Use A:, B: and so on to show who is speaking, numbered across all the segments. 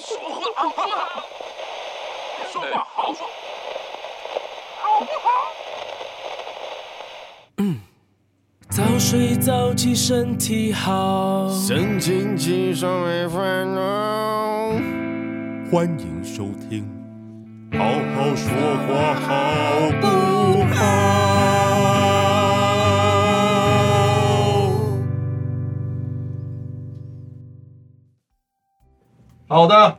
A: 好不好？说话好说，好不好？
B: 早睡早起身体好。
C: 神清气爽没烦恼。欢迎收听，好好说话好不好？
D: 好的，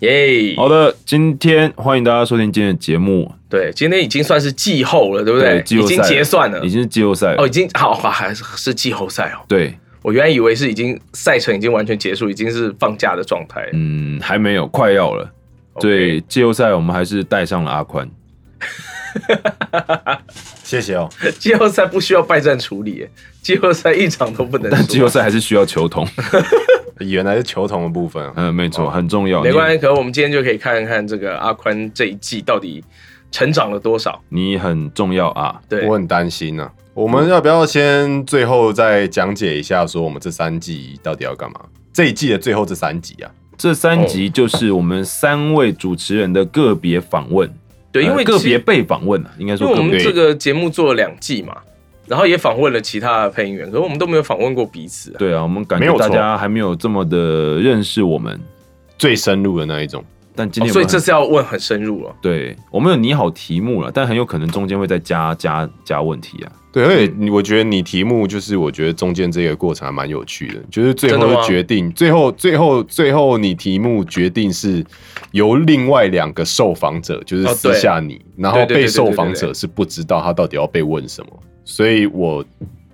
E: 耶、
F: 好的，今天欢迎大家收听今天的节目，
E: 对，今天已经算是季后了，对不对？
F: 季后
E: 已
F: 赛
E: 经结算了
F: 已。经是季后赛了
E: 哦，已经好，好还是是季后赛哦。
F: 对，
E: 我原来以为是已经赛程已经完全结束，已经是放假的状态。
F: 嗯，还没有，快要了。
E: OK
F: 对，季后赛我们还是带上了阿宽，
C: 谢谢哦。
E: 季后赛不需要败战处理耶，季后赛一场都不能输。啊
F: 但季后赛还是需要球童。
C: 原来是球童的部分，
F: 嗯，没错，很重要。
E: 哦没关
F: 系，
E: 系，可能我们今天就可以看看这个阿宽这一季到底成长了多少。
F: 你很重要啊。
E: 对
C: 我，很担心呢、我们要不要先最后再讲解一下，说我们这三季到底要干嘛？这一季的最后这三集啊，
F: 这三集就是我们三位主持人的个别访问，
E: 对，因
F: 呃
E: 为
F: 个
E: 其
F: 别被访问啊，应该
E: 因
F: 说
E: 为我
F: 个
E: 们
F: 别
E: 这个节目做了两季嘛，然后也访问了其他的配音员，可是我们都没有访问过彼此、啊。
F: 对啊，我们感
C: 没
F: 觉
C: 有错
F: 大家还没有这么的认识我们，
C: 最深入的那一种。
F: 但今
E: 哦
F: 天我
E: 所
F: 们
E: 以这次要问很深入了。哦
F: 对我们有拟好题目了，但很有可能中间会再加加加问题啊。
C: 对，而
E: 嗯
C: 且你我觉得你题目就是，我觉得中间这个过程还蛮有趣的，就是最
E: 真的
C: 后
E: 吗
C: 决定，最后最后最后你题目决定是由另外两个受访者，就是
E: 哦
C: 私下你，然后
E: 对对对
C: 被
E: 对
C: 受访
E: 对对
C: 者
E: 对
C: 是不知道他到底要被问什么，所以我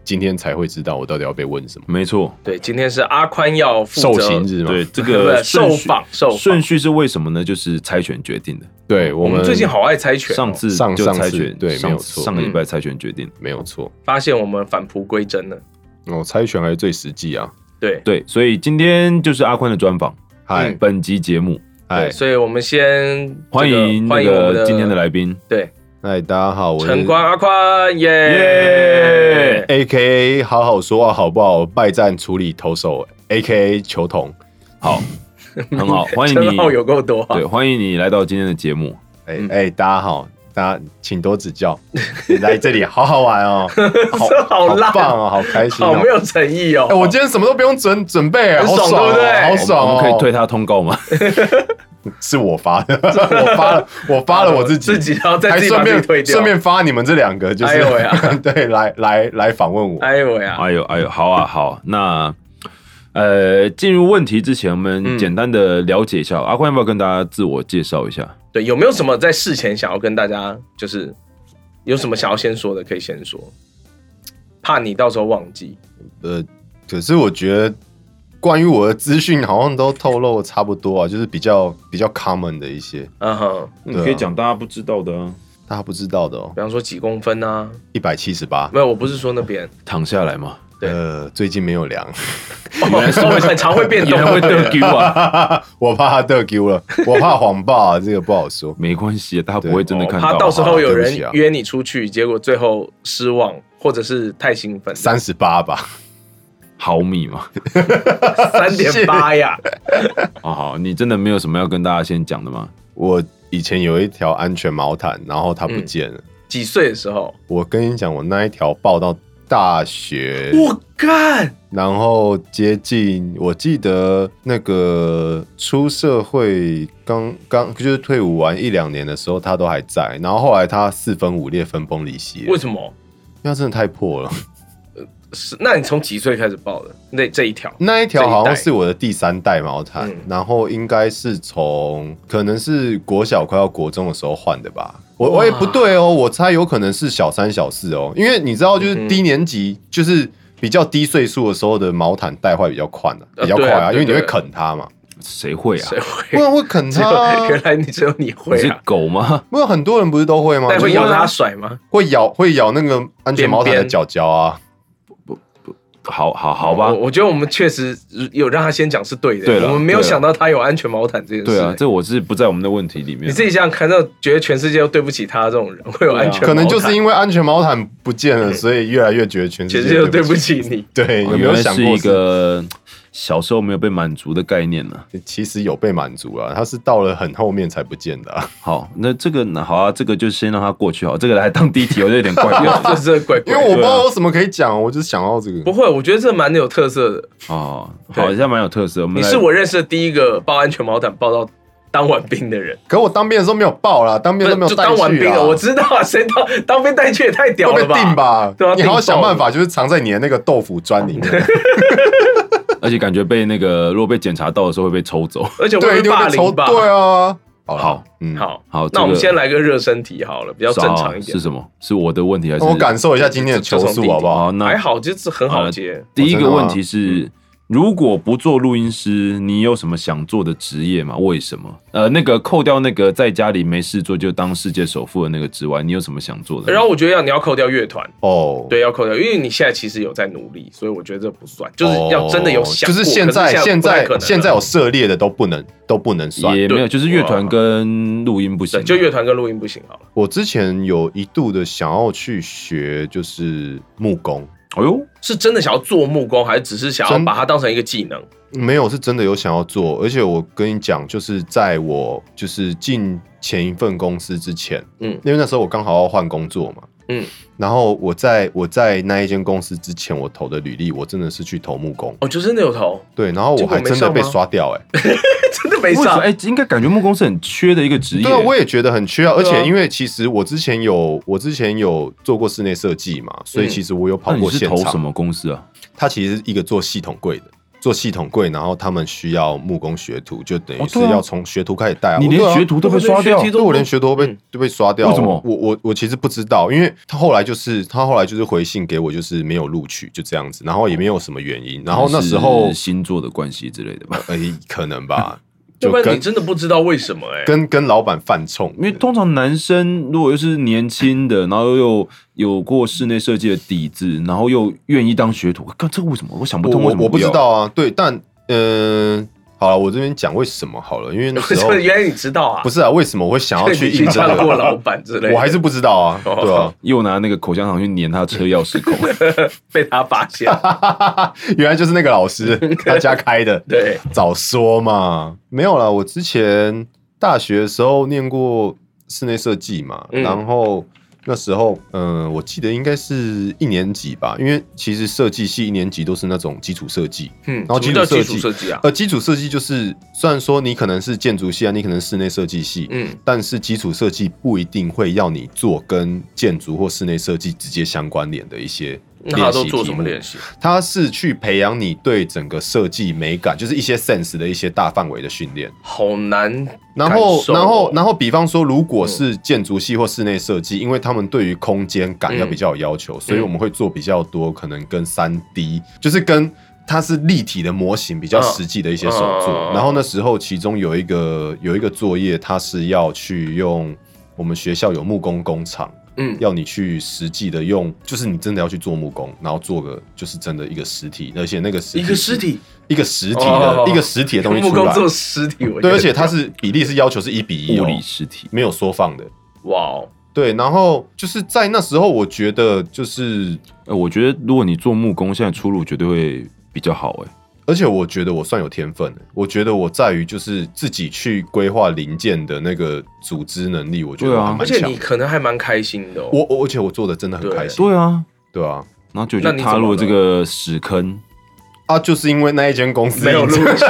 C: 今天才会知道我到底要被问什么。
F: 没错，
E: 对，今天是阿宽要负
C: 受
E: 责
C: 刑日嘛，
F: 对 这
E: 不
F: 个
E: 是
F: 顺序
E: 受访受访
F: 顺序是为什么呢？就是猜拳决定的。
C: 对我
E: 我们
C: 们
E: 最近好爱猜拳哦、
F: 上次
C: 上
F: 就
C: 上
F: 猜
C: 次
F: 拳，
C: 对
F: 上
C: 没有错嗯
F: 上个礼拜猜拳决定。
C: 没有错，
E: 发现我们返璞归真了。
C: 我猜拳还是最实际啊。
E: 对
F: 对，所以今天就是阿宽的专访，
E: 嗯
C: 嗨
F: 本集节目
C: 嗨
E: 所以我们先、这个
F: 欢迎
E: 欢
F: 那
E: 迎我们
F: 个今天的 来宾，
E: 对
C: 嗨，大家好，我
E: 陈
C: 是
E: 光阿宽耶。
F: 耶
C: A K A 好好说话好不好？败战处理投手 A K A 球童，
F: 好，很好，欢迎
E: 称
F: 你，
E: 号有够多啊
F: 对，！欢迎你来到今天的节目。
C: 哎、
E: 嗯
C: 哎、大家好，大家请多指教。来这里好好玩 哦，好
E: 这好烂
C: 棒哦，好开心、哦。
E: 好没有诚意哦。
C: 哎、我今天什么都不用准准备，
E: 很
C: 好
E: 爽
C: 爽哦、
E: 对不对
C: 好
F: 我们
C: 爽、哦
F: 我们可以退，他通 告吗？
C: 是我发的，我发了，我发了我自己，
E: 哦自己然后再
C: 还
E: 自己
C: 顺
E: 把自己退
C: 便
E: 掉。
C: 顺便发你们这两个，就是、
E: 哎呦喂啊
C: 对，来来来访问我。
E: 哎呦喂啊！
F: 哎呦哎呦，好啊好，那呃，进入问题之前，我们
E: 嗯简
F: 简单的了解一下，阿宽要不要跟大家自我介绍一下？
E: 对，有没有什么在事前想要跟大家，就是有什么想要先说的，可以先说，怕你到时候忘记。
C: 呃，可是我觉得关于我的资讯好像都透露得差不多啊，就是比较比较 common 的一些
E: 嗯哼，
F: 你
C: 对啊
F: 可以讲大家不知道的啊，
C: 大家不知道的哦
E: 比。方说几公分啊？
C: 一百七十八，
E: 没有，我不是说那边，
F: 躺下来嘛，
E: 对
C: 呃，最近没有量。
E: 哦很常会 变
F: 有
E: 动，
F: 人会得 Q 啊，
C: 我怕他得丢了，我怕谎报、啊，这个不好 说。
F: 没关系，大家不会真的看
E: 怕
F: 到。
E: 哦到时候有
C: 对
E: 人
C: 不起啊
E: 约你出去，结果最后失望，或者是太兴奋，
C: 三十八吧，
F: 毫米 嘛，
E: 三点八呀，
F: 哦好，你真的没有什么要跟大家先讲的吗？
C: 我以前有一条安全毛毯，然后它不见了。
E: 几岁的时候？
C: 我跟你讲，我那一条抱到大学，
E: 我干，
C: 然后接近，我记得那个出社会刚刚就是退伍完一两年的时候，它都还在。然后后来它四分五裂，分崩离析了，
E: 为什么？
C: 因为它真的太破了。
E: 是？那你从几岁开始报的？那这一条？
C: 那一条好像
E: 这一代
C: 是我的第三代毛毯，
E: 嗯
C: 然后应该是从可能是国小快要国中的时候换的吧。我我也不对哦，我猜有可能是小三小四哦，因为你知道，
E: 嗯
C: 就是低年级，就是比较低岁数的时候的毛毯带坏比较快的、
E: 呃
C: 比较快
E: 对
C: 啊，
E: 啊
C: 因为你
E: 对
C: 会
E: 对
C: 啃它嘛，
F: 谁会啊
E: 谁？
C: 不
E: 会？
C: 然会啃
E: 只
C: 它、啊
E: 有。原来你只有你
F: 你
E: 会
F: 是
E: 啊？
F: 狗吗？
C: 不过很多人不是都会吗？
E: 但会咬
C: 就是
E: 它甩吗？
C: 会咬会咬那个安全毛毯的
E: 边边
C: 脚脚啊。
F: 好好好吧
E: 哦我，我觉得我们确实有让他先讲是对的，
F: 对了
E: 我们没有
F: 对了
E: 想到他有安全毛毯这件事。
F: 对啊，这我是不在我们的问题里面。
E: 你自己想想看，那觉得全世界都对不起他这种人，会有安全毛毯？嗯
C: 可能就是因为安全毛毯不见了，所以越来越觉得全
E: 全
C: 世界
E: 世界都
C: 对
E: 对
C: 不
E: 不
C: 起。
E: 起你。
C: 对，
F: 哦
C: 有没
F: 原
C: 有
F: 来
C: 想
F: 是
C: 过
F: 一个小时候没有被满足的概念呢、
C: 其实有被满足了，他是到了很后面才不见的、啊，
F: 好，那这个呢？好啊，这个就先让它过去好，这个来当第一题，我就有点怪怪
E: 这是鬼鬼
C: 因为我不知道有什么可以讲，我就是想到这
E: 啊不
C: 个。
E: 会，我觉得这蛮有特色的。
F: 哦。好，像蛮有特色。我们
E: 你
F: 来
E: 是我认识的第一个报安全毛毯报到当完兵 的人，
C: 可我当兵的时候没有报啦，当兵
E: 不
C: 的
E: 是
C: 时候没
E: 就
C: 有带
E: 当完
C: 去
E: 兵
C: 啊
E: 了，我知道啊，谁当当兵带去也太屌
C: 会
E: 了
C: 被定吧
E: 对啊，
C: 你好
E: 定爆
C: 好
E: 了
C: 想办法，就是藏在你的那个豆腐砖 里面。
F: 而且感觉被那个，如果被检查到的时候会被抽走。
E: 而且
C: 对，
E: 会
C: 一
E: 被
C: 定会
E: 霸
C: 被抽。
E: 凌吧？
C: 对 啊，好啦
F: 好，
C: 嗯，
E: 好
F: 好这
E: 那我们
F: 个
E: 先来个热身题好了，比较正
C: 啊
E: 常一
F: 是
E: 点。
F: 什么？是我的问题还是？
C: 那我感受一下今天的球
E: 这这
C: 速
E: 这
C: 好不好？
F: 好，那
E: 还好，就是很好接。
F: 呃第一
C: 哦真的
F: 个
C: 吗
F: 问题是，如果不做录音师，你有什么想做的职业吗？为什么？呃，那个扣掉那个在家里没事做就当世界首富的那个之外，你有什么想做的？
E: 然后我觉得要你要扣掉乐团，
C: 哦，
E: 对，要扣掉，因为你现在其实有在努力，所以我觉得这不算，就是要真的有想
C: 哦就
E: 过。
C: 是现在
E: 可
C: 现
E: 是现
C: 在
E: 不太可能了
C: 现在有涉猎的都不能都不能算。
F: 也没有，
E: 对
F: 就是乐团跟录音不行
E: 对，
F: 啊，
E: 就乐团跟录音不行好了。
C: 我之前有一度的想要去学就是木工，
F: 哎呦，
E: 是真的想要做木工，还是只是想要
C: 真
E: 把它当成一个技能？
C: 没有是真的有想要做，而且我跟你讲，就是在我就是进前一份公司之前，嗯
E: 嗯，
C: 因为那时候我刚好要换工作嘛，嗯
E: 嗯，
C: 然后我在我在那一间公司之前，我投的履历我真的是去投木工，
E: 哦，就真的有头，
C: 对，然后我还真的被
E: 结果没上吗
C: 刷掉、欸，哎。
E: 真的没
F: 为什么？
E: 上。
F: 哎，应该感觉木工是很缺的一个职业。
C: 对啊，我也觉得很缺啊。而
E: 对啊
C: 且因为其实我之前有我之前有做过室内设计嘛，所
E: 嗯
C: 以其实我有跑
F: 那你
C: 过
F: 是
C: 现
F: 投什
C: 场。
F: 么公司啊？
C: 它其实是一个做系统柜的，做系统柜，然后他们需要木工学徒，就等于
F: 哦
C: 是
F: 对啊
C: 要从学徒开始带啊。
F: 你连
C: 对啊
F: 学徒都被刷掉
E: 学，徒
C: 对，我连学徒都被、
E: 嗯
C: 都被刷掉。啊
F: 为什么
C: 我我我其实不知道，因为他后来就是他后来就是回信给我，就是没有录取，就这样子，然后也没有什么原因。然后那时候
F: 是星座的关系之类的吧？
C: 呃，可能 吧，
E: 要
C: 就
E: 不然
C: 跟
E: 你真的不知道为什么哎、
C: 跟跟老板犯冲，
F: 因为通常男生如果又是年轻的，然后又有过室内设计的底子，然后又愿意当学徒，干这个为什么我想不
C: 我
F: 通？为
C: 我
F: 什么
C: 我不知
F: 要？
C: 道啊，对，但嗯、好了，我这边讲为什么好了，因为那 时候
E: 这原来你知道啊？
C: 不
E: 是
C: 是啊，为什么我会想要去应
E: 去
C: 征啊
E: 呛
C: 这
E: 过
C: 个？
E: 老板之类的，
C: 我还是不知道啊，
E: 哦
C: 对啊，
F: 又拿那个口香糖去粘他的车钥 匙孔，
E: 被他发 现。
C: 原来就是那个老 师他家开的，
E: 对，
C: 早说嘛，没有啦，我之前大学的时候念过室内设计嘛，
E: 嗯
C: 然后。那时候，嗯、我记得应该是一年级吧，因为其实设计系一年级都是那种基础设计，
E: 嗯，
C: 然后
E: 什么叫基础设计啊？
C: 呃，基础设计就是，虽然说你可能是建筑系啊，你可能是室内设计系，
E: 嗯，
C: 但是基础设计不一定会要你做跟建筑或室内设计直接相关联的一些
E: 那他
C: 练
E: 都
C: 习
E: 做
C: 题
E: 什
C: 目
E: 么。练习？
C: 它是去培养你对整个设计美感，就是一些 sense 的一些大范围的训练。
E: 好难
C: 然
E: 感
C: 后，
E: 受哦。
C: 然后，然后，比方说，如果是建筑系或室内设计，因为他们对于空间感要比较有要
E: 嗯
C: 求，所以我们会做比较多，可能跟三 D，就是跟它是立体的模型比较实际的一些手作。
E: 嗯嗯
C: 然后那时候，其中有一个有一个作业，它是要去用我们学校有木工工厂，
E: 嗯，
C: 要你去实际的用，就是你真的要去做木工，然后做个就是真的一个实体，而且那个实体
E: 一个尸
C: 是
E: 体，
C: 一个实体
E: 哦
C: 的一个实体的东西
E: 木
C: 出
E: 工
C: 来。
E: 做尸体，我觉得
C: 对，而且它是比例是要求是一比一哦
F: 物，理尸体。
C: 没有缩放的。
E: 哇哦，
C: 对，然后就是在那时候，我觉得就是，
F: 呃，我觉得如果你做木工，现在出路绝对会比较好。哎，
C: 而且我觉得我算有天分的。我觉得我在于就是自己去规划零件的那个组织能力，我觉得
F: 对啊
C: 我还蛮
E: 而且
C: 强
E: 你
C: 的。
E: 可能还蛮开心的哦。
C: 我我而且我做的真的很开心，
F: 对啊，
C: 对啊
F: 然后就
E: 那
F: 就
E: 你怎么
F: 踏入了这个屎坑，
C: 啊，就是因为那一间公司
E: 没有
C: 应
E: 录
C: 征
E: 取，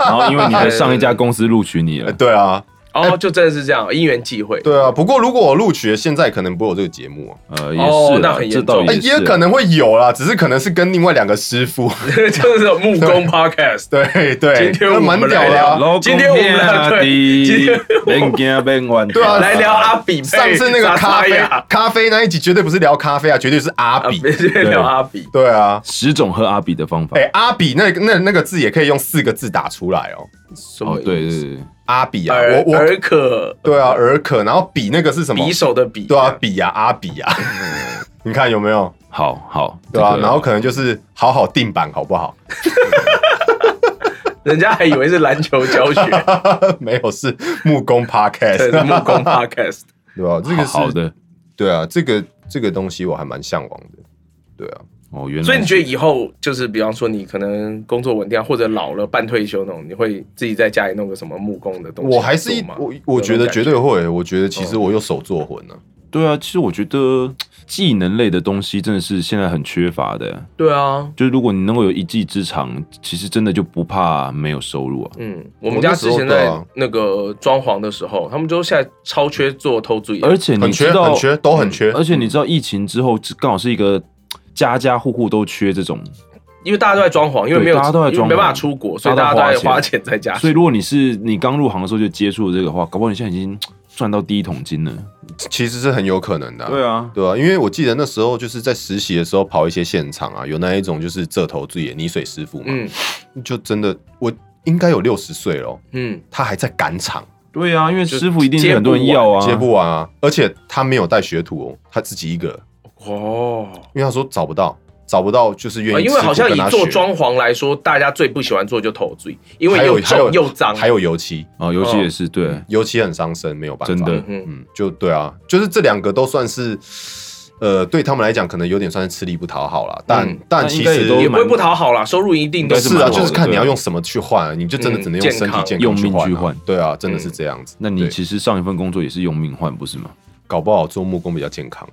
F: 然后因为你的上一家公司录取你
C: 呃
F: 了，
C: 对啊，
E: 哦，就真的是这样，因缘际会。
C: 对啊。不过如果我录取了，现在可能不会有这个节目、啊，
F: 呃，也是
E: 哦那
F: 啦，
E: 很
F: 这
E: 严
F: 倒
E: 重
C: 哎
F: 也是
C: 也
F: 啊，
C: 可能会有啦，只是可能是跟另外两个师傅。
E: 就是这种木工 podcast。
C: 对对，
E: 今天
C: 那
E: 我
C: 蛮
E: 们
C: 屌
E: 来
C: 的、啊
E: 聊。
F: 老
E: 今天我们来对今天
F: 边干边玩，
C: 对啊
E: 来聊阿比 配
C: 上次那个咖
E: 莎莎
C: 啡
E: 雅
C: 咖啡那一集绝对不是聊咖啡啊，绝对是阿
E: 啊，
C: 比。
E: 别别聊阿比，
C: 对啊，
F: 十种喝阿比的方法
C: 哎、。阿比那那那个字也可以用四个字打出来哦。
E: 什
F: 哦
E: 么，
F: 对对对，
C: 阿比啊，
E: 尔
C: 我我
E: 尔可
C: 对啊，尔可，然后比那个是什么？
E: 匕首的匕，
C: 对啊，比啊，阿比啊， 你看有没有？
F: 好好，
C: 对啊，
F: 这个
C: 然后可能就是好好定版好不好？
E: 人家还以为是篮球教学，
C: 没有是木工
E: 对
C: podcast，
E: 是木工 podcast。
C: 对吧、这个是
F: 好好的，
C: 对啊，这个这个东西我还蛮向往的。对啊，
F: 哦，原来
E: 所以你觉
F: 得
E: 得以后就是，比方说你可能工作稳定啊，或者老了半退休那种，你会自己在家里弄个什么木工的东西来做吗？
C: 我还是一我我觉嗯得绝对会，我觉得其实我有手作魂呢、
F: 对啊，其实我觉得技能类的东西真的是现在很缺乏的。
E: 对啊。
F: 就是如果你能够有一技之长，其实真的就不怕没有收入啊。
E: 嗯，我们家之前
C: 我那时
E: 在
C: 候对啊
E: 那个装潢的时候，他们就现在超缺做偷注意，
F: 而且你
C: 很缺
F: 知道
C: 很，缺都
E: 嗯
C: 很缺。
F: 而且你知道疫情之后，刚好是一个家家户户都缺这种
E: 因为大家都在装潢，因为
F: 对
E: 没有
F: 大家都在
E: 因为
F: 装潢
E: 没办法出国，所以大
F: 大家
E: 家
F: 都
E: 都在
F: 花
E: 花
F: 钱
E: 钱在家。
F: 所以如果你是你刚入行的时候就接触了这个的话，搞不好你现在已经赚到第一桶金了。
C: 其实是很有可能的、啊。
F: 啊，
C: 对啊，因为我记得那时候就是在实习的时候跑一些现场啊，有那一种就是这头最野泥水师傅嘛，
E: 嗯
C: 就真的我应该有六十岁了哦，
E: 嗯，
C: 他还在赶场，
F: 对啊，因为
E: 就
F: 师傅一定是很多人要啊，
C: 接不完啊，而且他没有带学徒哦，他自己一个，
E: 哦，
C: 因为他说找不到，找不到就是愿
E: 啊
C: 意吃
E: 因
C: 苦
E: 为好像
C: 跟
E: 以
C: 他学，
E: 做装潢来说，大家最不喜欢做就偷注意，因为
C: 还有
E: 又
C: 还有
E: 重又脏，
C: 还有油漆，
F: 啊，尤其也是对，
C: 油漆很伤身，没有办法，
F: 真的
E: 嗯
C: 嗯，就对啊，就是这两个都算是，呃，对他们来讲可能有点算是吃力不讨好啦。但、
E: 嗯
C: 但
F: 但应
C: 其
F: 该也
C: 实
F: 都
E: 也不会不讨好啦，收入一定都
F: 应该
C: 是
F: 蛮
C: 啊，
F: 好的
C: 就是看
F: 对
C: 你要用什么去换、啊你就真的只能用
E: 嗯
C: 身体健康
E: 健
F: 康
C: 去
F: 用命
C: 换、
F: 去
C: 啊
F: 换，
C: 对啊，真的是
E: 嗯
C: 这样子。
F: 那你
C: 对
F: 其实上一份工作也是用命换，不是吗？
C: 搞不好做木工比较健康，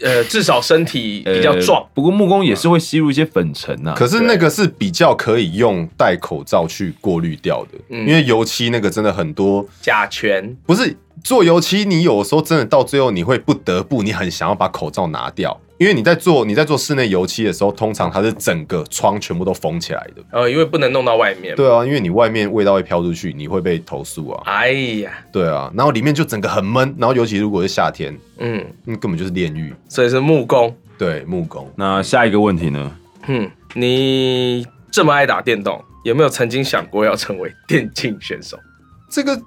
E: 呃，至少身体比较壮
F: 呃。不过木工也是会吸入一些粉尘啊呐。
C: 可是那个是比较可以用戴口罩去过滤掉的，
E: 嗯
C: 因为油漆那个真的很多，
E: 甲醛，
C: 不是做油漆，你有时候真的到最后你会不得不，你很想要把口罩拿掉，因为你在做你在做室内油漆的时候，通常它是整个窗全部都封起来的。
E: 呃，因为不能弄到外面。，
C: 对啊，因为你外面味道会飘出去，你会被投诉啊。
E: 哎呀，
C: 对啊，然后里面就整个很闷，然后尤其如果是夏天，
E: 嗯，
C: 那根本就是炼狱。
E: 所以是木工，
C: 对，木工
F: 那下一个问题呢？
E: 嗯，你这么爱打电动，有没有曾经想过要成为电竞选手？
C: 这个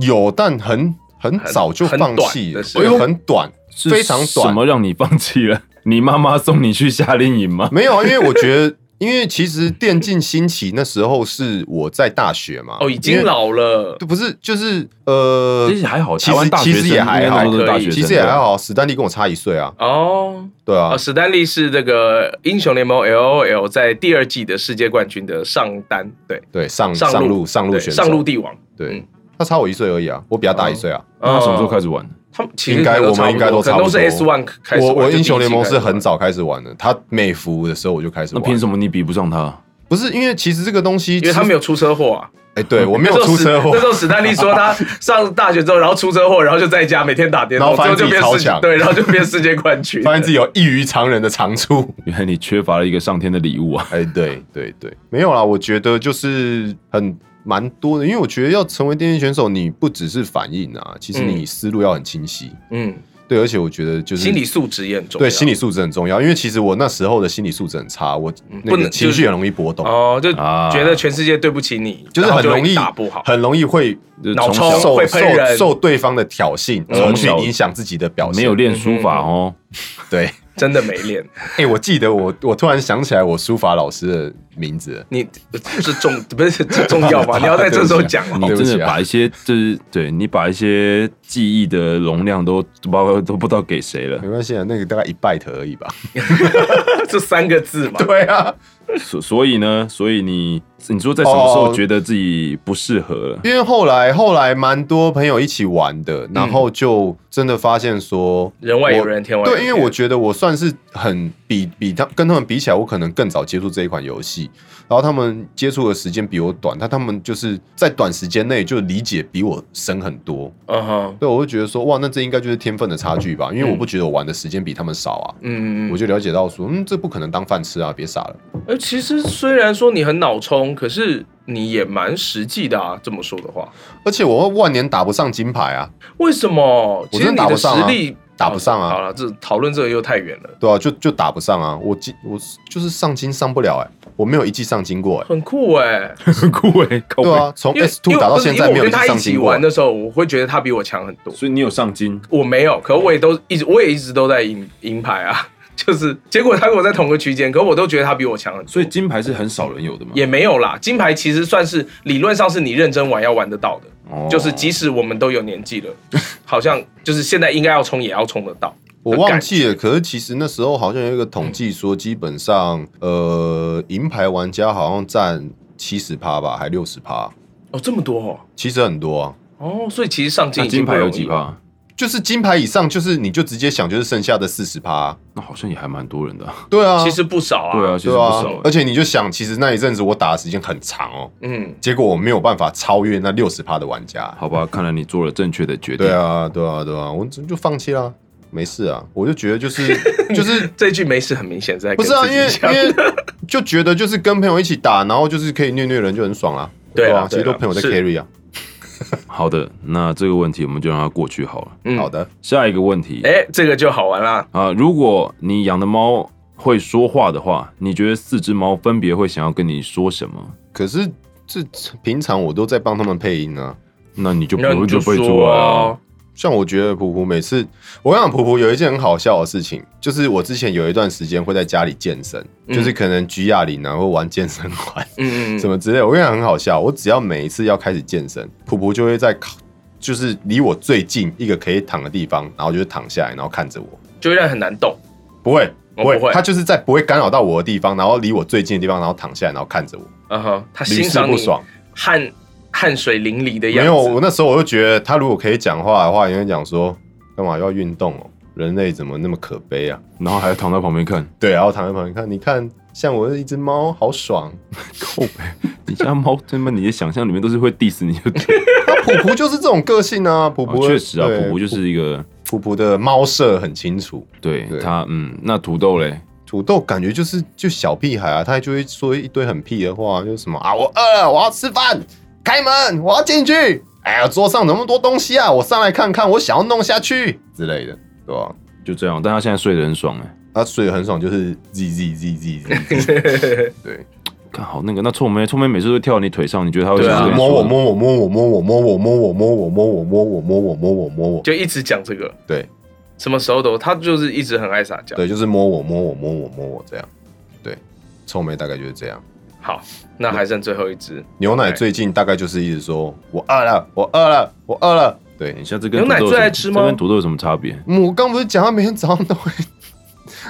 C: 有，但很很早就
E: 很
C: 放弃了
E: 很短的，哎时
C: 因
E: 候
C: 为很短，
F: 是
C: 非常
F: 什
C: 短。
F: 么让你放弃了？你妈妈送你去夏令营吗？
C: 没有，啊，因为我觉得， 因为其实电竞兴起那时候是我在大学嘛，
E: 哦，已
C: 因
E: 经
C: 为
E: 老了，
C: 对，不是，就是呃
F: 其，实还好，
C: 其实
F: 台湾大学生
C: 其实也还好
F: 应该那时候都是大学生
C: 其实也还。好，史丹利跟我差一岁啊，
E: 哦。
C: 对啊
E: 哦，，史丹利是这个英雄联盟 L O L 在第二季的世界冠军的上单，对，
C: 对，上
E: 上
C: 上
E: 路
C: 路上路
E: 对
C: 选手，
E: 上路帝王。
C: 对
E: 嗯，哦
C: 他差我一岁而已啊，我比他大一岁啊。
F: 那他什么时候开始玩？
E: 他们其实
C: 应该
E: 可能
C: 我们应该
E: 都
C: 都
E: 差
C: 差
E: 不
C: 不
E: 多
C: 多
E: 可能都是 S One 开始
C: 我
E: 玩。
C: 我
E: 就第一
C: 英雄联盟
E: 季
C: 是
E: 开始玩
C: 很，早开始玩的，他美服的时候我就开始
F: 那
C: 玩。
F: 凭什么你比不上他？
C: 不是因为其实这个东西，
E: 因为他
C: 其实
E: 没有出车祸啊。
C: 哎，对我没有
E: 那时候
C: 出
E: 史
C: 车祸
E: 那时，候史丹利说他上大学之后，然后出车祸，然后就在家每天打电
C: 然
E: 动，
C: 后
E: 最
C: 发
E: 后
C: 现自
E: 就变
C: 己
E: 世
C: 超强
E: 对，然后就变世界 冠军。
C: 发现自己有异于常人的长处。
F: 原来你缺乏了一个上天的礼物啊！
C: 哎，对对对，没有啦，我觉得就是很蛮多的，因为我觉得要成为电竞选手，你不只是反应啊，其实你思路要很清晰。
E: 嗯，
C: 对，而且我觉得就是
E: 心理素质也很重要。
C: 对心理素质很重要，因为其实我那时候的心理素质很差，我那
E: 不能
C: 个情
E: 就是
C: 绪很容易波动，
E: 哦，就
F: 啊
E: 觉得全世界对不起你，
C: 就是
E: 然后
C: 很容
E: 会
C: 易
E: 打不好。
C: 很容易会
F: 就是
E: 脑
F: 从
E: 冲
F: 小
C: 受
E: 会
C: 受
E: 喷人
C: 受对方的挑衅，
F: 嗯
C: 而去影响自己的表现。
F: 没有练书法哦，
C: 对，
E: 真的没练，
C: 哎，我记得我我突然想起来我书法老师的名字了，
E: 你这重不是这重要 吗？你要在这时候讲吗？
F: 你
C: 对不
F: 真
C: 起啊
F: 的把一些就是对你把一些记忆的容量都包括都不知道给谁了
C: 没，关系啊，那个大概一 byte 而已吧。
E: 这三个字嘛。
C: 啊对啊，
F: 所所以呢，所以你你说在什么时候
C: 哦
F: 觉得自己不适合了？
C: 因为后来后来蛮多朋友一起玩的，然后就真的发现说，
E: 嗯人外有
C: 我
E: 人，天外有
C: 对，因为我
E: 天
C: 觉得我算是很比比他跟他们比起来，我可能更早接触这一款游戏，然后他们接触的时间比我短，但他们就是在短时间内就理解比我深很多，
E: 嗯哼，
C: 对，我会觉得说，哇，那这应该就是天分的差距吧，因为
E: 嗯
C: 我不觉得我玩的时间比他们少啊，
E: 嗯，
C: 我就了解到说，嗯，这不可能当饭吃啊，别傻了。
E: 哎，其实虽然说你很脑冲，可是你也蛮实际的啊。这么说的话，
C: 而且我万年打不上金牌啊，
E: 为什么？其实
C: 真
E: 你
C: 的打
E: 的
C: 不
E: 实
C: 上啊
E: 力
C: 打不上啊
E: 好了，这讨论这个又太远了。
C: 对啊，就就打不上啊，我金我就是上金上不了哎、我没有一季上金过哎、
E: 很酷哎、
F: 很酷哎，靠
C: 对啊，从
E: 因为
C: S two 打到现在
E: 因
C: 没有
E: 为我跟
C: 季
E: 他一
C: 上
E: 起
C: 金过
E: 玩。的时候，我会觉得他比我强很多。
F: 所以你有上金，
E: 我没有，可我也都一直，我也一直都在赢赢牌啊。 就是结果他跟我在同个区间，可我都觉得他比我强很多。
F: 所以金牌是很少人有的嘛。
E: 也没有啦，金牌其实算是理论上是你认真玩要玩得到的，
F: 哦
E: 就是即使我们都有年纪了，好像就是现在应该要冲也要冲得到。
C: 我忘记了。可是其实那时候好像有一个统计说，基本上呃，银牌玩家好像占七十趴吧，还六十趴，
E: 哦，这么多哦，
C: 其实很多啊。
E: 哦，所以其实上
F: 那
E: 镜已经
F: 金牌
E: 不
F: 有
E: 容易
F: 几
E: 了？
F: 趴？
C: 就是金牌以上，就是你就直接想就是剩下的四十趴。啊
F: 那好像也还蛮多人的啊。
C: 对啊，
E: 其实不少啊。
F: 对啊，，其实
C: 对
F: 不
C: 啊
F: 少欸。，
C: 而且你就想，其实那一阵子我打的时间很长哦，
E: 嗯，
C: 结果我没有办法超越那六十趴的玩家。
F: 好吧，看来你做了正确的决定。
C: 对，啊，对啊，对啊，我就就放弃啦，没事啊，我就觉得就是 就是
E: 这一句没事，很明显是在
C: 不
E: 跟
C: 是啊，
E: 自
C: 因为
E: 己
C: 因
E: 讲。
C: 为就觉得就是跟朋友一起打，然后就是可以虐虐人就很爽啊，
E: 对啊
C: 啊，
E: 对啊
C: 其实都朋友在
E: 是
C: carry 啊，
F: 好的，那这个问题我们就让它过去好了。
E: 嗯
C: 好，的，
F: 下一个问题，
E: 哎，这个就好玩啦。
F: 啊，如果你养的猫会说话的话，你觉得四只猫分别会想要跟你说什么？
C: 可是这平常我都在帮他们配音啊，
F: 那你就不
E: 那
F: 会
E: 你就
F: 背出
E: 说
F: 来
E: 啊
F: 啊。，
C: 像我觉得普普每次，我跟你讲普普有一件很好笑的事情，就是我之前有一段时间会在家里健身，
E: 嗯
C: 就是可能举哑铃啊，或玩健身环，
E: 嗯嗯
C: 什
E: 嗯，
C: 么之类的。我跟你讲很好笑，我只要每一次要开始健身，普普就会在靠就是离我最近一个可以躺的地方，然后就是躺下来，然后看着我，
E: 就会让人很难动。
C: 不会。
E: 哦
C: 不会
E: 不，会
C: 他就是在不会干扰到我的地方，然后离我最近的地方，然后躺下来，然后看着我，
E: 嗯哼，他
C: 屡
E: 欣
C: 试
E: 赏
C: 不
E: 你
C: 爽。
E: 汗汗水淋漓的
C: 没
E: 样
C: 有，我
E: 子。
C: 那时候我就觉得，他如果可以讲话的话，也会讲说，干嘛要运动哦？人类怎么那么可悲啊？
F: 然后还要躺在旁边看，
C: 对，然后躺在旁边看，你看，像我是一只猫，好爽。 啊
F: 你家猫他妈你的想象里面都是会 diss 你就对了。
C: 那普普就是这种个性啊，普
F: 啊
C: 普
F: 确实啊，
C: 对
F: 普普就是一个
C: 普普的猫舍很清楚。
F: 对
C: 对
F: 它嗯，那土豆嘞，
C: 土豆感觉就是就小屁孩啊，他就会说一堆很屁的话，就是什么啊，我饿了，我要吃饭，开门，我要进去。哎呀，桌上那么多东西啊，我上来看看，我想要弄下去之类的，对吧、
F: 就这样，但它现在睡得很爽哎。
C: 他睡得很爽，就是 z z z z z，对，
F: 看好那个，那臭妹，臭妹每次都跳到你腿上，你觉得它会
E: 对
F: 想
E: 啊
F: 跟你
C: 摸
F: 说
C: 我摸我摸我摸我摸我摸我摸我摸我摸我摸我摸我摸我，
E: 就一直讲这个，
C: 对
E: 什么时候都他就是一直很爱撒娇。
C: 对，就是摸我摸我摸我摸我这样，对，臭妹大概就是这样。
E: 好，那还剩最后一只
C: 牛奶
E: OK
C: 最近大概就是一直说我饿了，我饿了，我饿了，对
F: 你，下次跟
E: 牛奶
F: 土豆有
E: 最爱
F: 什么
E: 吃吗
F: 这跟土豆有什么差别？
C: 我刚不是讲他每天早上都会，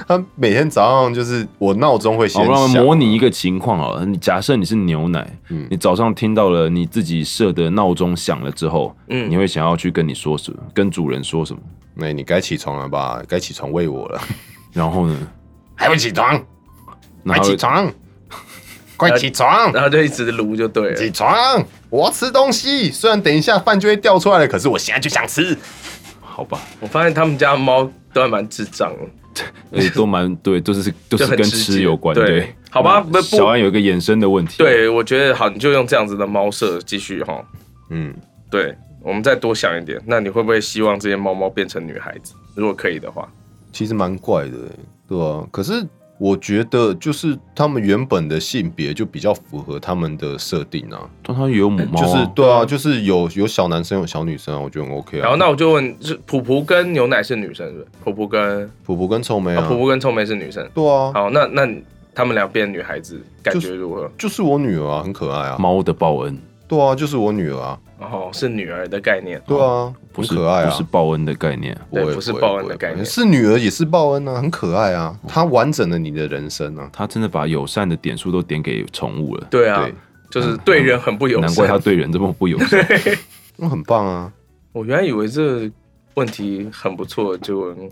C: 他每天早上就是我闹钟会先
F: 好，让哦我们
C: 响
F: 模拟一个情况好了。你假设你是牛奶，
C: 嗯
F: 你早上听到了你自己设的闹钟响了之后，
E: 嗯
F: 你会想要去跟你说什么，跟主人说什么？
C: 那、你该起床了吧？该起床喂我了，
F: 然后呢？
C: 还不起床？快
F: 然后
C: 起床！快起 床！
E: 然后就一直撸就对了
C: 起。床！我要吃东西。虽然等一下饭就会掉出来了，可是我现在就想吃。
F: 好吧，
E: 我发现他们家的猫都还蛮智障的，
F: 而且哎都蛮对，都是都是
E: 就很
F: 跟
E: 直接
F: 吃有关，
E: 对
F: 对。
E: 好吧
F: 那
E: 不不
F: 小安有一个衍生的问题，，
E: 对我觉得好，你就用这样子的猫舍继续哈。
C: 嗯，
E: 对，我们再多想一点，那你会不会希望这些猫猫变成女孩子？如果可以的话，
C: 其实蛮怪的欸，对啊。可是我觉得，就是他们原本的性别就比较符合他们的设定啊。
F: 但它也有母
E: 哦
F: 猫啊，
C: 就是对啊，就是有有小男生有小女生啊，我觉得很 OK 啊。
E: 然后那我就问，是普普跟牛奶是女生是不是？普普跟、
C: 普普跟臭美
E: 啊
C: 啊，
E: 普普跟臭梅是女生。
C: 对啊，
E: 好，那那他们俩变女孩子感
C: 就
E: 觉如何？
C: 就是我女儿啊，很可爱啊。
F: 猫的报恩，
C: 对啊，就是我女儿啊，
E: 然后哦是女儿的概念。
C: 对啊，
F: 不
C: 很
F: 是
C: 可爱啊，
F: 不是报恩的概念。
E: 对
C: 会
E: 不是
C: 会
E: 报恩
C: 会
E: 的概念哦
C: 是女儿也是报恩啊，很可爱啊，她完整了你的人生啊，
F: 它真的把友善的点数都点给宠物了，
E: 对啊，
C: 对嗯
E: 就是对人很不友善。
F: 难怪它对人这么不友 善。
C: 那很棒啊，
E: 我原来以为这问题很不错，就嗯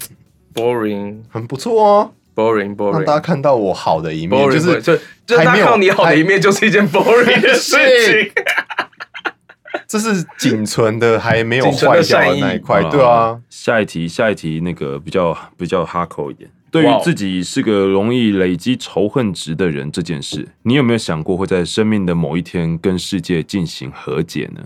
E: boring
C: 很不错哦，
E: boring
C: 让大家
E: boring
C: 看到我好的一面，就
E: boring，
C: 是
E: 就就
C: 还
E: 大
C: 没
E: 家
C: 有
E: 看到你好的一面就是一件 boring 的事情。
C: 这是仅存的还没有
E: 仅存
C: 坏
E: 的
C: 掉的
E: 善意哦
C: 那一块
F: 好，啦
C: 对啊，，
F: 下一题，下一题那个比较比较哈口一点。对于
E: 哇哦
F: 自己是个容易累积仇恨值的人这件事，你有没有想过会在生命的某一天跟世界进行和解 呢？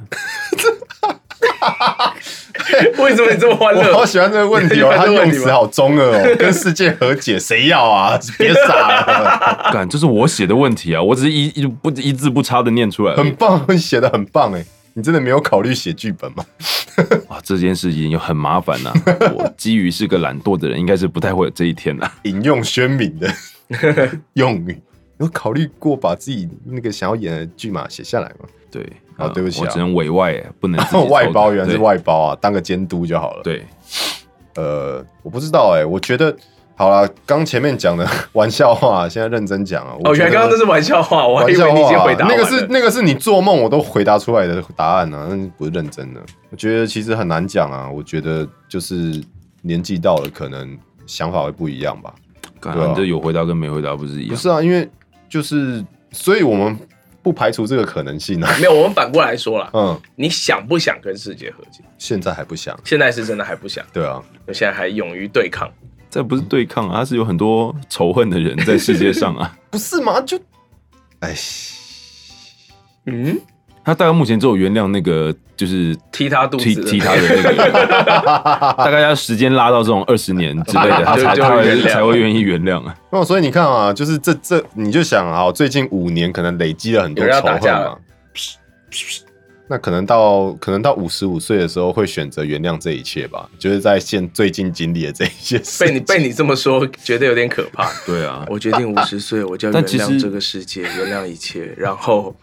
E: 为什么你这么欢
C: 我好
E: 乐？
C: 喜欢这个问 题哦，
E: 你喜欢
C: 他
E: 这个问
C: 用
E: 题吗
C: 词好中二 哦，跟世界和解，谁要啊？别傻了，
F: 干，这是我写的问题啊，我只是一一不一字不差的念出来而已
C: 很棒，你写的很棒哎，你真的没有考虑写剧 本吗？
F: 哇，这件事情又很麻烦啊呐、我基于是个懒惰的人，应该是不太会有这一天的、
C: 引用宣明的 用语。有考虑过把自己那个想要演的剧码写下来吗？
F: 对，
C: 啊
F: 嗯
C: 对不起啊
F: 我只能委外、不能自己操作
C: 外包原来是
F: 对
C: 外包啊，当个监督就好了。，
F: 对，
C: 呃，我不知道哎、我觉得好啦，刚前面讲的 玩笑话，现在认真讲了。啊我
E: 哦，原来
C: 觉得
E: 刚刚那是玩笑话，我还
C: 玩
E: 以
C: 笑
E: 为你已经
C: 话
E: 回
C: 啊，
E: 答
C: 那个
E: 完了
C: 是那个是你做梦我都回答出来的答案啊，那不是认真的。我觉得其实很难讲啊，我觉得就是年纪到了，可能想法会不一样吧。
F: 干
C: 对啊
F: 你这有回答跟没回答不是一
C: 不
F: 样？
C: 是啊，因为就是，所以我们不排除这个可能性啊。
E: 没有，我们反过来说啦，
C: 嗯，
E: 你想不想跟世界和解？
C: 现在还不想，
E: 现在是真的还不想，
C: 对啊，
E: 我现在还勇于对抗。
F: 这不是对抗啊，它是有很多仇恨的人在世界上啊。
C: 不是嘛？就，哎，
E: 嗯，
F: 他大概目前只有原谅那个就是
E: 踢他肚子
F: 踢
E: 的
F: 踢他的那个人， 大概要时间拉到这种二十年之类的，他才
E: 就
F: 他
E: 就原
F: 会
E: 谅
F: 才会愿意原谅啊。
C: 那、所以你看啊，就是这这，你就想啊，最近五年可能累积了很多
E: 有人要
C: 仇
E: 打
C: 恨
E: 架
C: 嘛
E: 了。
C: 那可能到可能到五十五岁的时候会选择原谅这一切吧，就是在现最近经历的这一些事。
E: 被你被你这么说，觉得有点可怕。
F: 对啊，
E: 我决定五十岁，我就要
F: 但
E: 原
F: 其实
E: 谅这个世界，原谅一切，然后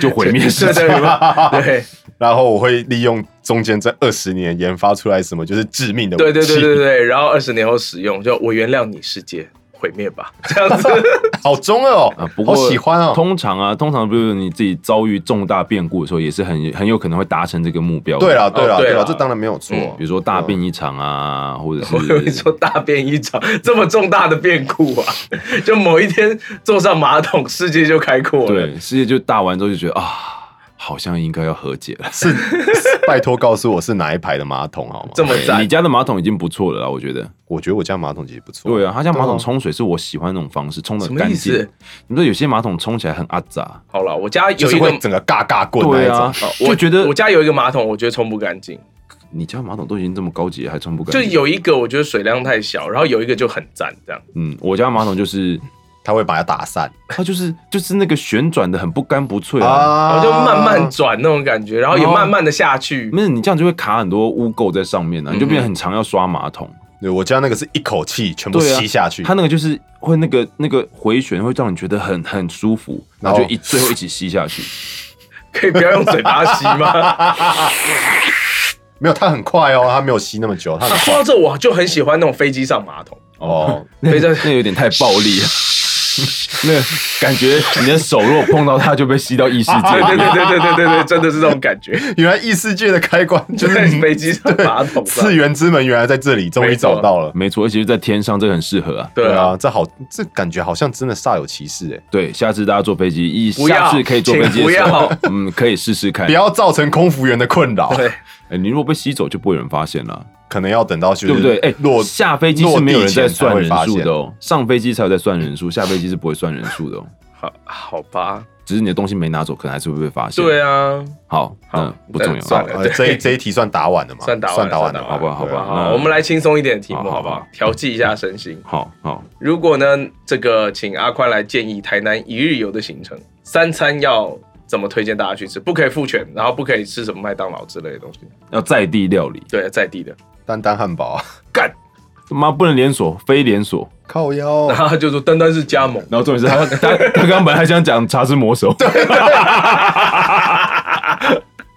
F: 就毁灭世界
E: 对对对对
C: 然后我会利用中间这二十年研发出来什么就是致命的武器。
E: 对对对对对，然后二十年后使用，就我原谅你世界，毁灭吧，这样子。
C: 好中二哦，
F: 啊，不过
C: 好喜欢哦。
F: 通常啊，通常比如你自己遭遇重大变故的时候，也是很很有可能会达成这个目标。
C: 对啦，对啦，
E: 哦对
C: 对
E: 啦
C: 啦，这当然没有错。
F: 比如说大病一场啊，或者
E: 我跟你
F: 是
E: 说，大变一场，这么重大的变故啊，就某一天坐上马桶，世界就开阔了。
F: 对世界就大完之后就觉得啊，好像应该要和解了。
C: 是拜托告诉我是哪一排的马桶好吗？
E: 这么
F: 对哎你
E: 赞，
F: 家的马桶已经不错了啦，我觉得。
C: 我觉得我家马桶其实不错。
F: 对啊，他家马
C: 对
F: 桶
C: 啊
F: 冲水是我喜欢那种方式，冲的
E: 什么
F: 干
E: 意
F: 净
E: 思。
F: 你知道有些马桶冲起来很阿杂，
E: 好了，我家
C: 就
E: 有
C: 是
E: 一个
C: 会，整个嘎嘎棍那一
F: 对
C: 种。
F: 啊，
E: 哦我
F: 就觉得
E: 我家有一个马桶，我觉得冲不干净。
F: 你家马桶都已经这么高级了，还冲不干
E: 就
F: 净。
E: 有一个我觉得水量太小，然后有一个就很赞，这样。
F: 嗯，我家马桶就是
C: 他会把它打散
F: 它就是就是那个旋转的很不干不脆啊。
E: 然
C: 啊
E: 后就慢慢转那种感觉，然后也慢慢的下去。
F: 没有，你这样就会卡很多污垢在上面
E: 嗯
F: 啊，你就变得很常要刷马桶。
C: 对我家那个是一口气全部
F: 对啊
C: 吸下去，
F: 它那个就是会那个那个回旋会让你觉得很很舒服，然
E: 哦
F: 后就一最后一起吸下去。
E: 可以不要用嘴巴吸吗？
C: 没有，它很快哦，它没有吸那么久， 它很
E: 说
C: 快
E: 到这，我就很喜欢那种飞机上马桶，
C: 哦。
F: 那
E: 非常
F: 那有点太暴力了。 那个感觉你的手如果碰到它就被吸到异世界
E: 对对
F: 里面
E: 对对对对对，真的是这种感觉，
C: 原来异世界的开关
E: 就
C: 就是
E: 在
C: 是
E: 飞机上马桶上
C: 次。元之门，原来在这里，终于找到了。
F: 没错，而且是在天上，这个很适合啊。
E: 对啊，
C: 啊，这好，这感觉好像真的煞有其事哎，
F: 对，下次大家坐飞机，一
E: 不要
F: 下次可以坐飞
E: 请
F: 机的
E: 不
F: 时候
E: 要，
F: 嗯，可以试试看
C: 不。要造成空服员的困扰，
E: 对，
F: 哎，你如果被吸走，就不会有人发现了。
C: 可能要等到就是
F: 对不对？哎、
C: 落
F: 下飞机是没有人在算人数
C: 落地前才会发现
F: 的哦，上飞机才有在算人数，下飞机是不会算人数的哦。
E: 好，好吧，
F: 只是你的东西没拿走，可能还是会被发现。
E: 对啊，
F: 好，
E: 好
F: 嗯，不重要，
E: 算了
C: 呃
E: 对
C: 这一这一题算打完了嘛？
E: 算打完了
C: 算打完
E: 算
C: 了
E: 打
C: 嘛，
E: 完
F: 了好吧
C: 对啊
F: 好吧那
E: 好，我们来轻松一点的题目，
F: 好好
E: 好不好？调剂一下身心。
F: 好好，
E: 如果呢，这个请阿宽来建议台南一日游的行程，三餐要怎么推荐大家去吃？不可以复权，然后不可以吃什么麦当劳之类的东西。
F: 要在地料理，
E: 对，在地的，
C: 丹丹汉堡啊，
F: 妈不能连锁，非连锁。
C: 靠 腰
E: 然，后他就说单单是加盟。
F: 然后重点是 他他他刚刚本来还想讲茶之魔手，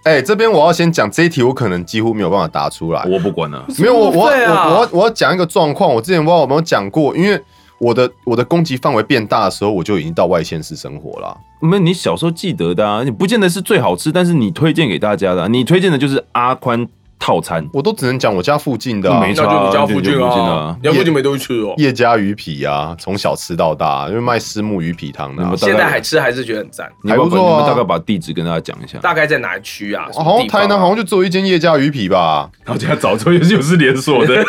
C: 哎，这边我要先讲这一题，我可能几乎没有办法答出来，
F: 我不管了。
C: 没有我我我
E: 这么废啊
C: 我我我要讲一个状况，我之前不知道有没有讲过，因为我的我的攻击范围变大的时候，我就已经到外县市生活了啊。
F: 没有，你小时候记得的啊，你不见得是最好吃，但是你推荐给大家的啊、你推荐的就是阿宽套餐，
C: 我都只能讲我家附近的、啊，
F: 没
E: 那就你家附近啊，你家附近没东西吃哦。
C: 叶家鱼皮啊，从小吃到大，因为卖虱目鱼皮汤的、
F: 那
C: 啊
F: 么，
E: 现在还吃还是觉得很赞。
F: 你要
C: 还不
F: 不要把
C: 错啊
F: 你们大概把地址跟大家讲一下。
E: 大概在哪一区啊？什么
C: 哦好像
E: 地方啊
C: 台南好像就只有一间叶家鱼皮吧，
F: 然后这样找之后又是又是连锁 的，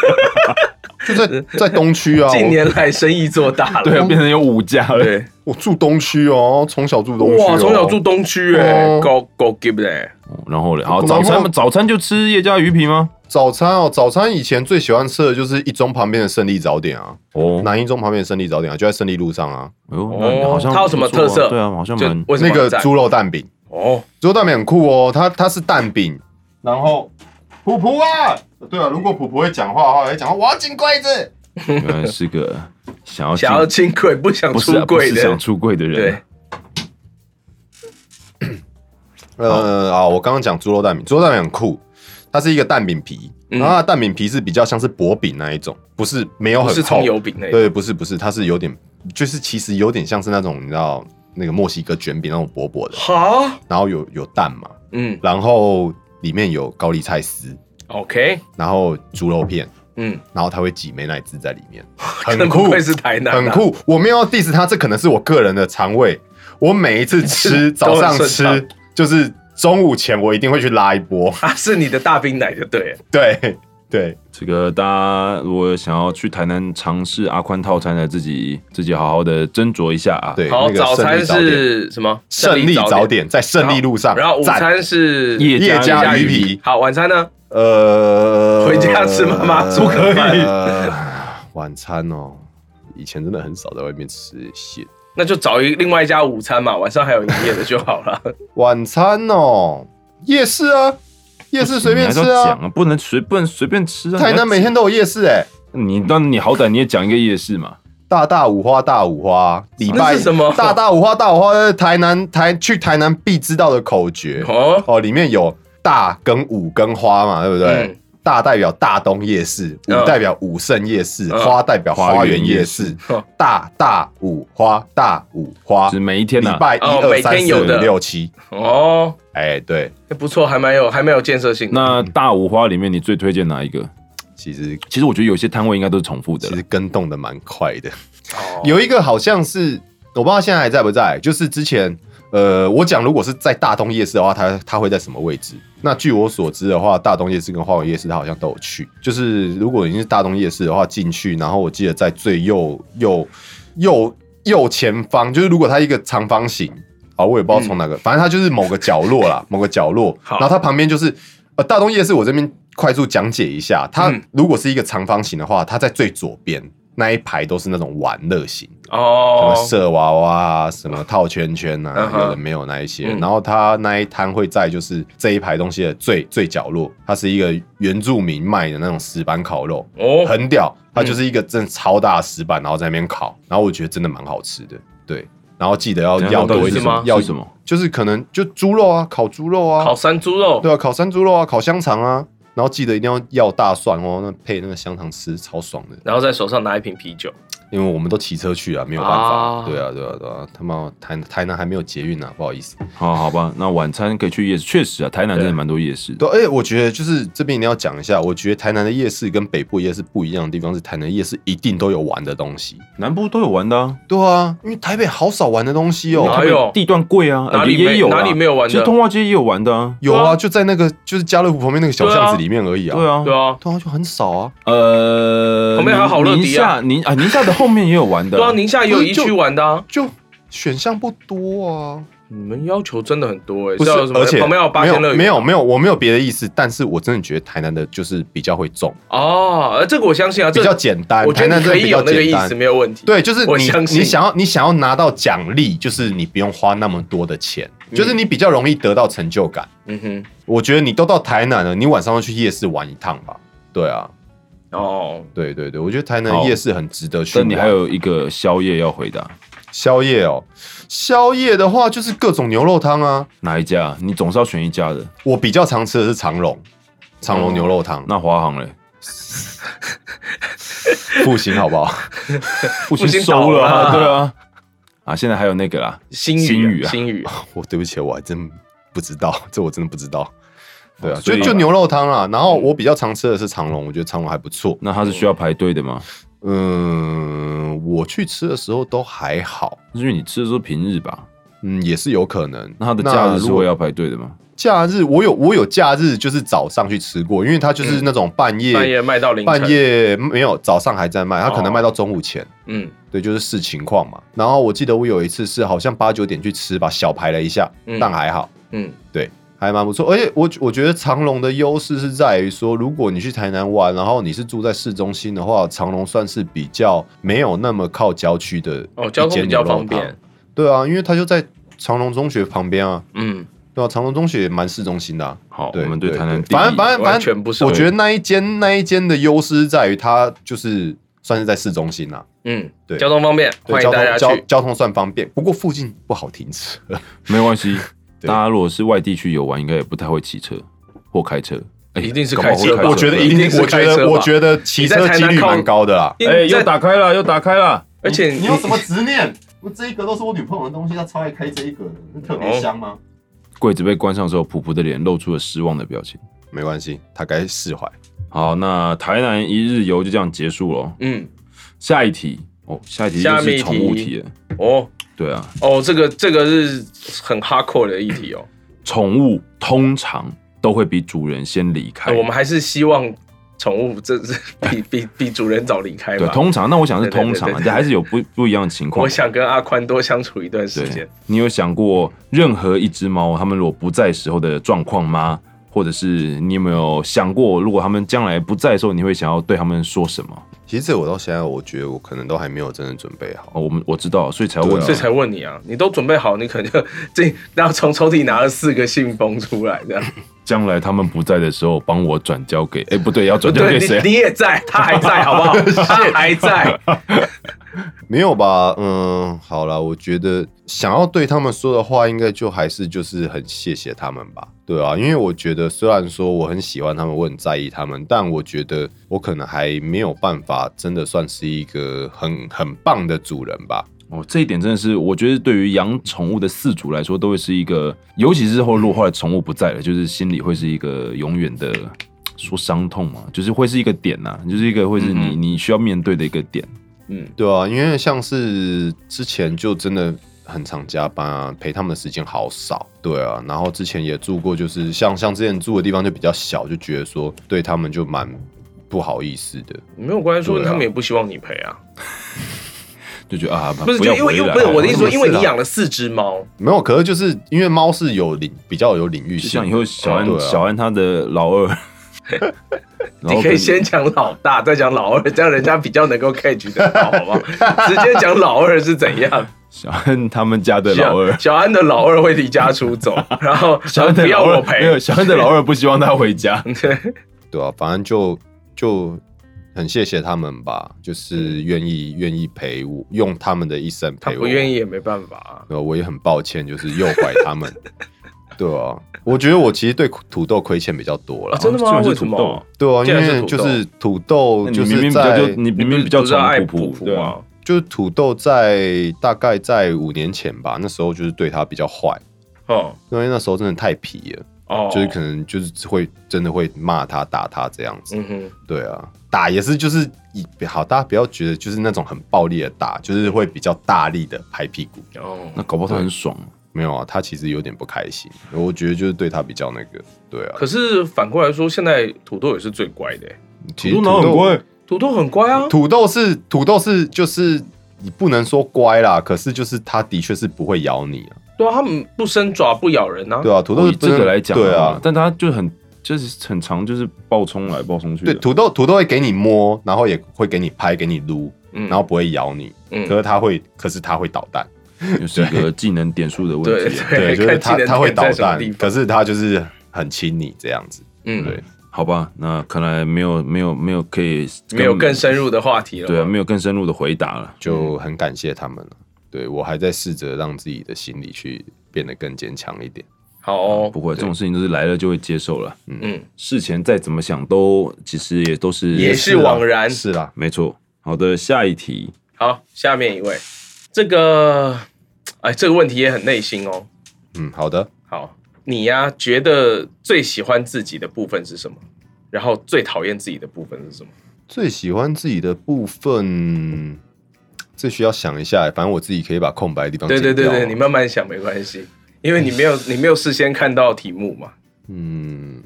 C: 就在 在东区啊。
E: 近年来生意做大了。
F: 对啊，变成有五家了。
E: 对，
C: 我我住东区哦，从小住东区、哦，
E: 哇，从小住东区哎，
C: 哦
E: 高高级嘞。
F: 哦然后嘞，
C: 然
F: 好，
C: 后
F: 早餐嘛早餐就吃叶家鱼皮吗？
C: 早餐哦，早餐以前最喜欢吃的就是一中旁边的胜利早点啊，
F: 哦，
C: 南一中旁边的胜利早点啊，就在胜利路上啊，
F: 哎呦，那你
E: 哦
F: 好像
E: 它有什么
F: 不错啊
E: 特色
F: 对啊，好像
E: 就
F: 蛮
E: 为什么
C: 那个
E: 很赞
C: 猪肉蛋饼，
E: 哦，
C: 猪肉蛋饼很酷哦，它它是蛋饼，然后普普啊，对啊，如果普普会讲话的话，会讲话，我要进柜子。
F: 原来呃是个想要进
E: 想要轻轨不想
F: 不是
E: 出
F: 啊不
E: 轨
F: 是
E: 的
F: 想，出柜的人
E: 对
F: 啊，，
C: 呃啊，我刚刚讲猪肉蛋饼，猪肉蛋饼很酷，它是一个蛋饼皮，
E: 嗯
C: 然后它的蛋饼皮是比较像是薄饼那一种，不是没有
E: 不
C: 很
E: 是
C: 厚
E: 葱油饼那种。
C: 对，不是不是，它是有点，就是其实有点像是那种你知道那个墨西哥卷饼那种薄薄的，
E: 好，
C: 然后有有蛋嘛，
E: 嗯
C: 然后里面有高丽菜丝，
E: ，OK，
C: 然后猪肉片，
E: 嗯，
C: 然后它会挤美乃滋在里 面，
E: 真
C: 很
E: 不
C: 酷
E: 愧，是台南、啊，
C: 很。酷。我没有要 diss 它，这可能是我个人的肠胃，我每一次吃早上
E: 都很顺
C: 吃就是中午前我一定会去拉一波，
E: 它是你的大冰奶就对了，
C: 对对，
F: 这个大家如果想要去台南尝试阿宽套餐的，自己自己好好的斟酌一下啊。
C: 对
E: 好，
C: 那个
E: 早
C: 胜利
E: 餐
C: 早点
E: 是什么？
C: 胜利早
E: 早
C: 点在胜利路上，
E: 然后午
C: 赞
E: 餐是
F: 夜
C: 叶
F: 加
C: 家
E: 鱼
C: 鱼皮，
E: 好，晚餐呢？
C: 呃，
E: 回家吃妈妈煮的饭
C: 呃 晚餐哦，以前真的很少在外面吃蟹。
E: 那就找一另外一家午餐嘛，晚上还有营业的就好 了。
C: 晚餐哦，夜市啊，夜市随便吃
F: 你还是要讲
C: 啊。
F: 啊，不能随不能随便吃啊。
C: 台南每天都有夜市哎、
F: 你那你好歹你也讲一个夜市嘛。
C: 大大五花大五花，礼
E: 那
C: 拜
E: 是什么
C: 大大五花大五花是台南台去台南必知道的口诀
E: 哦，
C: 哦，里面有大跟五跟花嘛，对不对？
E: 嗯
C: 大代表大东夜市，五
E: 嗯
C: 代表武圣夜市，
E: 嗯
C: 花代表花园夜市，
E: 哦
C: 大大五花大五花
F: 就，是每一天
C: 礼
F: 呐、啊。
C: 拜一
E: 哦
C: 二
E: 每
C: 三
E: 天
C: 四
E: 有
C: 五
E: 的
C: 六七，
E: 哦，
C: 哎，对，
E: 欸不错，还蛮有还蛮有建设性的。
F: 那大五花里面你最推荐哪一个？
C: 其实
F: 其实我觉得有些摊位应该都是重复的
C: 其
F: 啦
C: 实。跟动的蛮快的。
E: 哦
C: 有一个好像是我不知道现在还在不在，就是之前呃，我讲如果是在大东夜市的话，它它会在什么位置？那据我所知的话，大东夜市跟花园夜市它好像都有去。就是如果你是大东夜市的话，进去，然后我记得在最右右右右前方，就是如果它一个长方形。啊，我也不知道从哪个，反正它就是某个角落 啦，某个角落。
E: 好
C: 然后它旁边就是呃大东夜市，我这边快速讲解一下，它
E: 嗯
C: 如果是一个长方形的话，它在最左边那一排都是那种玩乐型，什么
E: 哦，
C: 射娃娃啊，什么套圈圈
E: 嗯
C: 啊，
E: 哼
C: 有的没有那一些。
E: 嗯
C: 然后它那一摊会在就是这一排东西的最最角落，它是一个原住民卖的那种石板烤肉，
E: 哦
C: 很屌，它就是一个真的超大的石板，然后在那边烤，然后我觉得真的蛮好吃的，对。然后记得要
F: 等一下
C: 要
F: 到底
C: 多一
F: 是
C: 点
E: 什么，
C: 要
F: 是什么？
C: 就是可能就猪肉啊，烤猪肉啊，
E: 烤山猪肉，
C: 对啊，烤山猪肉啊，烤香肠啊，然后记得一定要要大蒜哦，那配那个香肠吃超爽的。
E: 然后在手上拿一瓶啤酒。
C: 因为我们都骑车去啊，没有办法。
E: 啊
C: 对啊，对啊，对啊，他妈台台南还没有捷运啊，不好意思。
F: 好好吧，那晚餐可以去夜市，确实啊，台南真的蛮多夜市的。
C: 对，而且哎我觉得就是这边一定要讲一下，我觉得台南的夜市跟北部夜市不一样的地方是，台南夜市一定都有玩的东西。
F: 南部都有玩的啊，
C: 对啊，因为台北好少玩的东西哦、
E: 哪有
F: 地段贵啊，呃
E: 哪里没
F: 也有啊
E: 哪里没有玩的
F: 其实通化街也有玩的啊。
C: 有
E: 对
C: 啊，
E: 啊
C: 就在那个就是家乐福旁边那个小巷子里面而已啊。
F: 对，啊，
E: 对啊，
C: 对啊，就很少啊。
F: 呃，
E: 旁边还有好乐迪啊
F: 宁宁夏宁啊，宁夏的后面也有 玩的。
E: 对啊，宁夏也有一区玩的啊。
C: 就选项不多啊，
E: 你们要求真的很多哎，
C: 不是，
E: 要有什么
C: 而且
E: 旁边有八
C: 没
E: 仙乐
C: 有
E: 园，啊
C: 没有没有，我没有别的意思，但是我真的觉得台南的就是比较会种，
E: 哦，呃这个我相信啊，这
C: 比较简单，
E: 我觉
C: 台南
E: 得你
C: 真
E: 可
C: 的
E: 以
C: 比较
E: 有那个
C: 简
E: 意
C: 单
E: 思，，没有问题。
C: 对，就是
E: 我
C: 你
E: 相信
C: 你想要你想要拿到奖励，就是你不用花那么多的钱，就是你比较容易得到成就感。
E: 嗯哼，
C: 我觉得你都到台南了，你晚上要去夜市玩一趟吧。对啊，
E: 哦，
C: 对对对，我觉得台南的
F: 好
C: 夜市很值得去玩。
F: 但你还有一个宵夜要回答，
C: 宵夜哦，宵夜的话就是各种牛肉汤啊。
F: 哪一家？你总是要选一家的。
C: 我比较常吃的是长荣，长
F: 哦
C: 荣牛肉汤，
F: 那华航嘞？
C: 复兴好不好？
F: 不
E: 兴
F: 收了 啊，
E: 倒
F: 对
E: 了
F: 啊。啊，现在还有那个啦，
E: 新
F: 新
E: 宇
F: 宇
E: 啊，
F: 啊
E: 新宇，
C: 我对不起，我还真不知道， 这我真的不知道。对啊，
F: 哦所
C: 就
F: 以嗯
C: 就牛肉汤啦。然后我比较常吃的是长荣，我觉得长荣还不错。
F: 那它是需要排队的吗？
C: 嗯，我去吃的时候都还好，
F: 因为你吃的都是平日吧？
C: 嗯，也是有可能。
F: 那它的假日
C: 如
F: 是
C: 果
F: 会要排队的吗？
C: 假日，我有我有假日就是早上去吃过，因为它
F: 嗯
C: 就是那种半 夜、
E: 半夜卖到凌晨，
C: 半夜没有早上还在卖，它可能卖到中午前。
E: 嗯
C: 对，就是视情况嘛。然后我记得我有一次是好像八九点去吃吧，小排了一下，
E: 嗯
C: 但还好。
E: 嗯，
C: 对，还蛮不错。而且我我觉得长隆的优势是在于说，如果你去台南玩，然后你是住在市中心的话，长隆算是比较没有那么靠郊区的
E: 哦，交通
C: 一间
E: 比较
C: 牛肉汤
E: 方便。，
C: 对啊，因为它就在长隆中学旁边啊。
E: 嗯，
C: 对啊，长隆中学也蛮市中心的、啊。
E: 哦
F: 好，
C: 对
F: 我们对台南地理
C: 反正反正
E: 完
C: 反
E: 全
C: 正
E: 不熟
C: 我觉得那一间那一间的优势是在于它就是算是在市中心啦、啊，
E: 嗯，
C: 对
E: 交通方便，
C: 对
E: 欢迎
C: 交
E: 大
C: 通
E: 家
C: 交
E: 去。
C: 交通算方便，不过附近不好停车。
F: 没关系。
C: 对
F: 大家如果是外地去游玩，应该也不太会骑车或开车。哎
E: 一定是
F: 搞不好
E: 开车
F: 会
E: 吧
F: 车
C: 我觉得
E: 啊一
C: 一
E: 定
C: 定，
E: 是
C: 我觉
E: 开车吧
C: 得我觉得骑车几率蛮高的啦。
E: 因
F: 哎，
E: 为
F: 又
E: 在，
F: 打开了，又打开了。
E: 而且
D: 你有什么执念？我这一格都是我女朋友的东西，她超爱开这一格的，那特别香吗？
F: 柜子被关上之后，普普的脸露出了失望的表情。
C: 没关系，他该释怀。
F: 好，那台南一日游就这样结束了。
E: 嗯，
F: 下一题哦，下一题就
E: 下面一
F: 是宠物
E: 题
F: 题了。
E: 哦
F: 对啊，
E: 哦，这个这个是很 hardcore 的议题哦。
F: 宠物通常都会比主人先离开。
E: 哎呃我们还是希望宠物这是比比比主人早离开
F: 对
E: 吧。
F: 通常，那我想
E: 对
F: 是
E: 对对
F: 通常啊，
E: 对对
F: 但还是有不 不一样的情况
E: 我。想跟阿宽多相处一段时间
F: 对。，你有想过任何一只猫，它们如果不在时候的状况吗？或者是你有没有想过，如果它们将来不在的时候，你会想要对它们说什么？
C: 其实这我到现在，我觉得我可能都还没有真的准备好。
F: 哦，我们我知道，所以才要问
C: 对啊
E: 所以才问你啊，你都准备好，你可能就这，然后从抽屉拿了四个信封出来，这样。
F: 将来他们不在的时候，帮我转交给……哎、 不对，要
E: 不
F: 转交
E: 对，
F: 给谁啊
E: 你？你也在，他还在，好不 好？他还在。
C: 没有吧？嗯，好啦，我觉得想要对他们说的话，应该就还是就是很谢谢他们吧。对啊，因为我觉得虽然说我很喜欢他们，我很在意他们，但我觉得我可能还没有办法真的算是一个很很棒的主人吧。
F: 哦，这一点真的是，我觉得对于养宠物的饲主来说，都会是一个，尤其是日后如果后来宠物不在了，就是心里会是一个永远的说伤痛嘛，就是会是一个点呐、就是一个会是
E: 嗯
F: 你、你需要面对的一个点。
C: 对啊，因为像是之前就真的很常加班啊，陪他们的时间好少。对啊，然后之前也住过，就是像像之前住的地方就比较小，就觉得说对他们就蛮不好意思的。
E: 没有关系，说
C: 对啊
E: 他们也不希望你赔啊。
F: 就觉得啊，
E: 不是，
F: 要
E: 就因为因为
F: 回来啊
E: 不是我的意思说，
C: 不是
E: 因
C: 啦
E: 为你养了四只猫，
C: 没有，可是就是因为猫是有领比较有领域
F: 就
C: 性，
F: 像以后小安、
C: 对啊
F: 小安他的老 二，然
E: 你
F: 后
E: 可
F: 跟
E: 以先讲老大，再讲老二，这样人家比较能够 catch 得到，好不好？直接讲老二是怎样？
F: 小安他们家的老二
E: 小，小安的老二会离家出走，然后
F: 小安的
E: 不要
F: 老
E: 我
F: 二没有
E: 赔。
F: 小安的老二不希望他回家。
E: 对，
C: 对啊，反正就就很谢谢他们吧，就是愿意愿意陪我，用他们的一生
E: 他
C: 陪我。
E: 不愿意也没办法啊。
C: 呃，我也很抱歉，就是诱拐他们。 对啊，我觉得我其实对土豆亏欠比较多了。
E: 啊真的吗
F: 居然是
E: 为什
F: 土
E: 么
F: 豆啊，
C: 对啊，
E: 竟
C: 因
E: 然
C: 为
E: 是土豆
C: 就是土豆，
F: 那你
C: 就
F: 明明
C: 是
F: 比较就
C: 在
F: 你明明比较
E: 不是爱
F: 宠
E: 普
F: 普
E: 普
F: 对啊
E: 吗？
C: 就是土豆在大概在五年前吧，那时候就是对他比较坏，
E: 哦
C: 因为那时候真的太皮了，
E: 哦，
C: 就是可能就是会真的会骂他打他这样子。
E: 嗯哼，
C: 对啊，打也是就是以好，大家不要觉得就是那种很暴力的打，就是会比较大力的拍屁股。
E: 哦
F: 那。搞不好他很爽啊。
C: 没有啊，他其实有点不开心，我觉得就是对他比较那个。对啊，
E: 可是反过来说，现在土豆也是最乖的欸，
C: 其实土
F: 哪有很乖，
E: 土豆很乖啊。
C: 土豆是土豆是就是你不能说乖啦，可是就是他的确是不会咬你啊。
E: 对啊，他们不伸爪不咬人啊。
C: 对啊，土豆
F: 哦以
C: 是不
F: 这
C: 能
F: 个来讲的话，
C: 对啊，
F: 但他就很就是很长，就是暴冲来暴冲去的。
C: 对土豆土豆会给你摸，然后也会给你拍，给你撸，
E: 嗯
C: 然后不会咬你，
E: 嗯
C: 可是他会，可是他会捣蛋。
F: 又是一个技能点数的
E: 对
F: 问题。
C: 对，就是
E: 看技
C: 他
E: 能
C: 他会
E: 点
C: 捣
E: 在什么
C: 蛋
E: 地，
C: 可
E: 方。
C: 是他就是很亲你这样子。
E: 嗯，
C: 对
F: 好吧，那看来没有没有没有可以
E: 没有更深入的话题了。
F: 对啊，，没有更深入的回答了。
C: 就很感谢他们了。对我还在试着让自己的心理去变得更坚强一点。
E: 好哦
F: 不，过这种事情都是来了就会接受了，
E: 嗯，
F: 事前再怎么想都其实也都是
E: 也是枉然。
C: 是啦，
F: 没错。好的，下一题，
E: 好，下面一位，这个，哎，这个问题也很内心哦。
C: 嗯，好的。
E: 好，你呀、觉得最喜欢自己的部分是什么？然后最讨厌自己的部分是什么？
C: 最喜欢自己的部分，这需要想一下。反正我自己可以把空白的地方
E: 对对对
C: 剪掉啊
E: 对，你慢慢想没关系，因为你没有你没有事先看到题目嘛。
C: 嗯，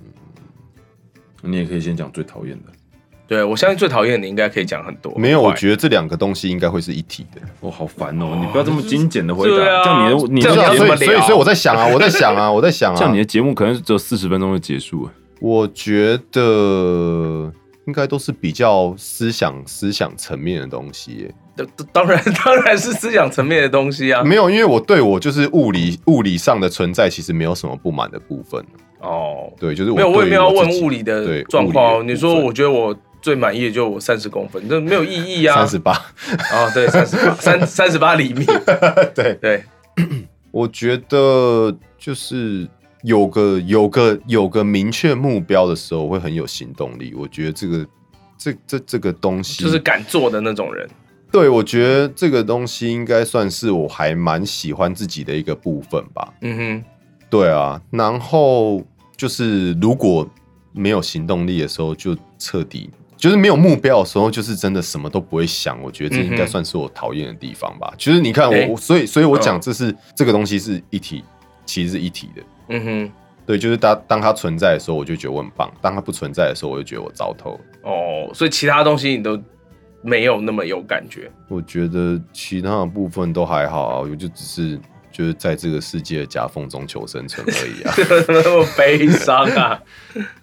F: 你也可以先讲最讨厌的。
E: 对，我相信最讨厌你应该可以讲很多。
C: 没有，
E: 很
C: 我
E: 快
C: 觉得这两个东西应该会是一体的。
F: 哦，好烦哦！你不要这么精简的回答，
E: 对啊
F: 这样你的你
E: 这
F: 的
E: 样
C: 啊
E: 聊
C: 所
E: 怎
C: 以
E: 么
C: 所以
E: 聊
C: 所以我在想啊，我在想啊，我在想啊。
F: 这 样你的节目可能只有四十分钟就结束了。
C: 我觉得应该都是比较思想思想层面的东西耶、
E: 当当然当然是思想层面的东西啊。
C: 没有，因为我对我就是物理物理上的存在，其实没有什么不满的部分。
E: 哦，
C: 对，就是我
E: 没有，
C: 对
E: 我也没有要问物
C: 理
E: 理
C: 对
E: 的
C: 物
E: 状
C: 理
E: 况哦。
C: 的
E: 你
C: 部
E: 说，
C: 分
E: 我觉得我最满意的就我三十公分，这没有意义啊。
C: 三十八。
E: 哦，对，三十八三三十八厘米，
C: 对，
E: 对，
C: 我觉得就是有个有个有个明确目标的时候，我会很有行动力。我觉得这个这这这个东西，
E: 就是敢做的那种人。
C: 对我觉得这个东西应该算是我还蛮喜欢自己的一个部分吧。
E: 嗯
C: 对啊，然后就是如果没有行动力的时候，就彻底就是没有目标的时候，就是真的什么都不会想。我觉得这应该
E: 嗯哼
C: 算是我讨厌的地方吧。其实你看我，
E: 嗯诶
C: 我所以所以我讲
E: 嗯
C: 这是、这个东西是一体，其实是一体的。
E: 哼，嗯
C: 对，就是当当它存在的时候，我就觉得我很棒；当它不存在的时候，我就觉得我糟透了。
E: 哼，哦，所以其他东西你都没有那么有感觉。
C: 我觉得其他的部分都还好啊，我就只是就是在这个世界的夹缝中求生存而已啊。
E: 那么悲伤啊！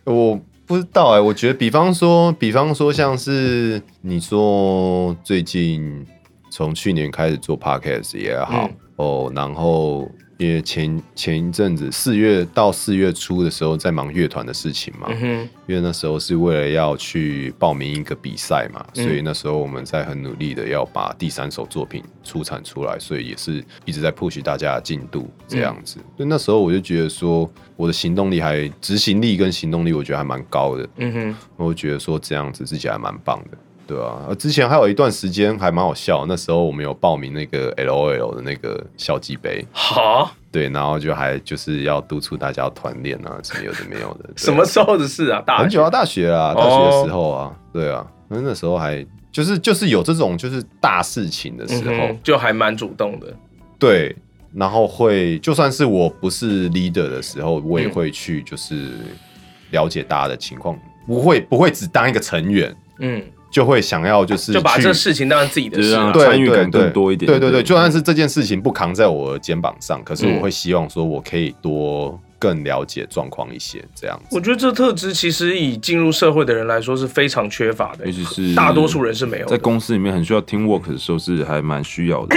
C: 我不知道哎、我觉得比方说，比方说像是你说最近从去年开始做 podcast 也好、
E: 嗯
C: 哦，然后因为前前一阵子四月到四月初的时候在忙乐团的事情嘛，
E: 嗯哼，
C: 因为那时候是为了要去报名一个比赛嘛，
E: 嗯
C: 所以那时候我们在很努力的要把第三首作品出产出来，所以也是一直在 push 大家的进度这
E: 嗯
C: 样子。所以那时候我就觉得说，我的行动力还执行力跟行动力，我觉得还蛮高的。
E: 嗯哼，
C: 我就觉得说这样子自己还蛮棒的，对啊。呃之前还有一段时间还蛮好笑，那时候我们有报名那个 L O L 的那个校际杯，
E: 好，
C: 对，然后就还就是要督促大家要团练啊，什么有的没有的。对啊
E: 什么时候的事啊？大
C: 很
E: 学
C: 久啊，大学啊，
E: 哦
C: 大学的时候啊，对啊，那那时候还就是就是有这种就是大事情的时
E: 嗯
C: 候，
E: 哼，就还蛮主动的。
C: 对，然后会就算是我不是 leader 的时候，我也会去就是了解大家的情况，不会不会只当一个成员，
E: 嗯，
C: 就会想要就是
E: 就把
C: 去
E: 这事情当成自己的事啊。
F: 就
C: 对
F: 参与感
C: 对
F: 更多一点
C: 对对对，
F: 对
C: 就算是这件事情不扛在我的肩膀上，可是我会希望说我可以多更了解状况一些，这样子。
E: 我觉得这特质其实以进入社会的人来说是非常缺乏的
F: 尤，其是
E: 大多数人是没有的。
F: 在公司里面很需要 team work 的时候是还蛮需要的。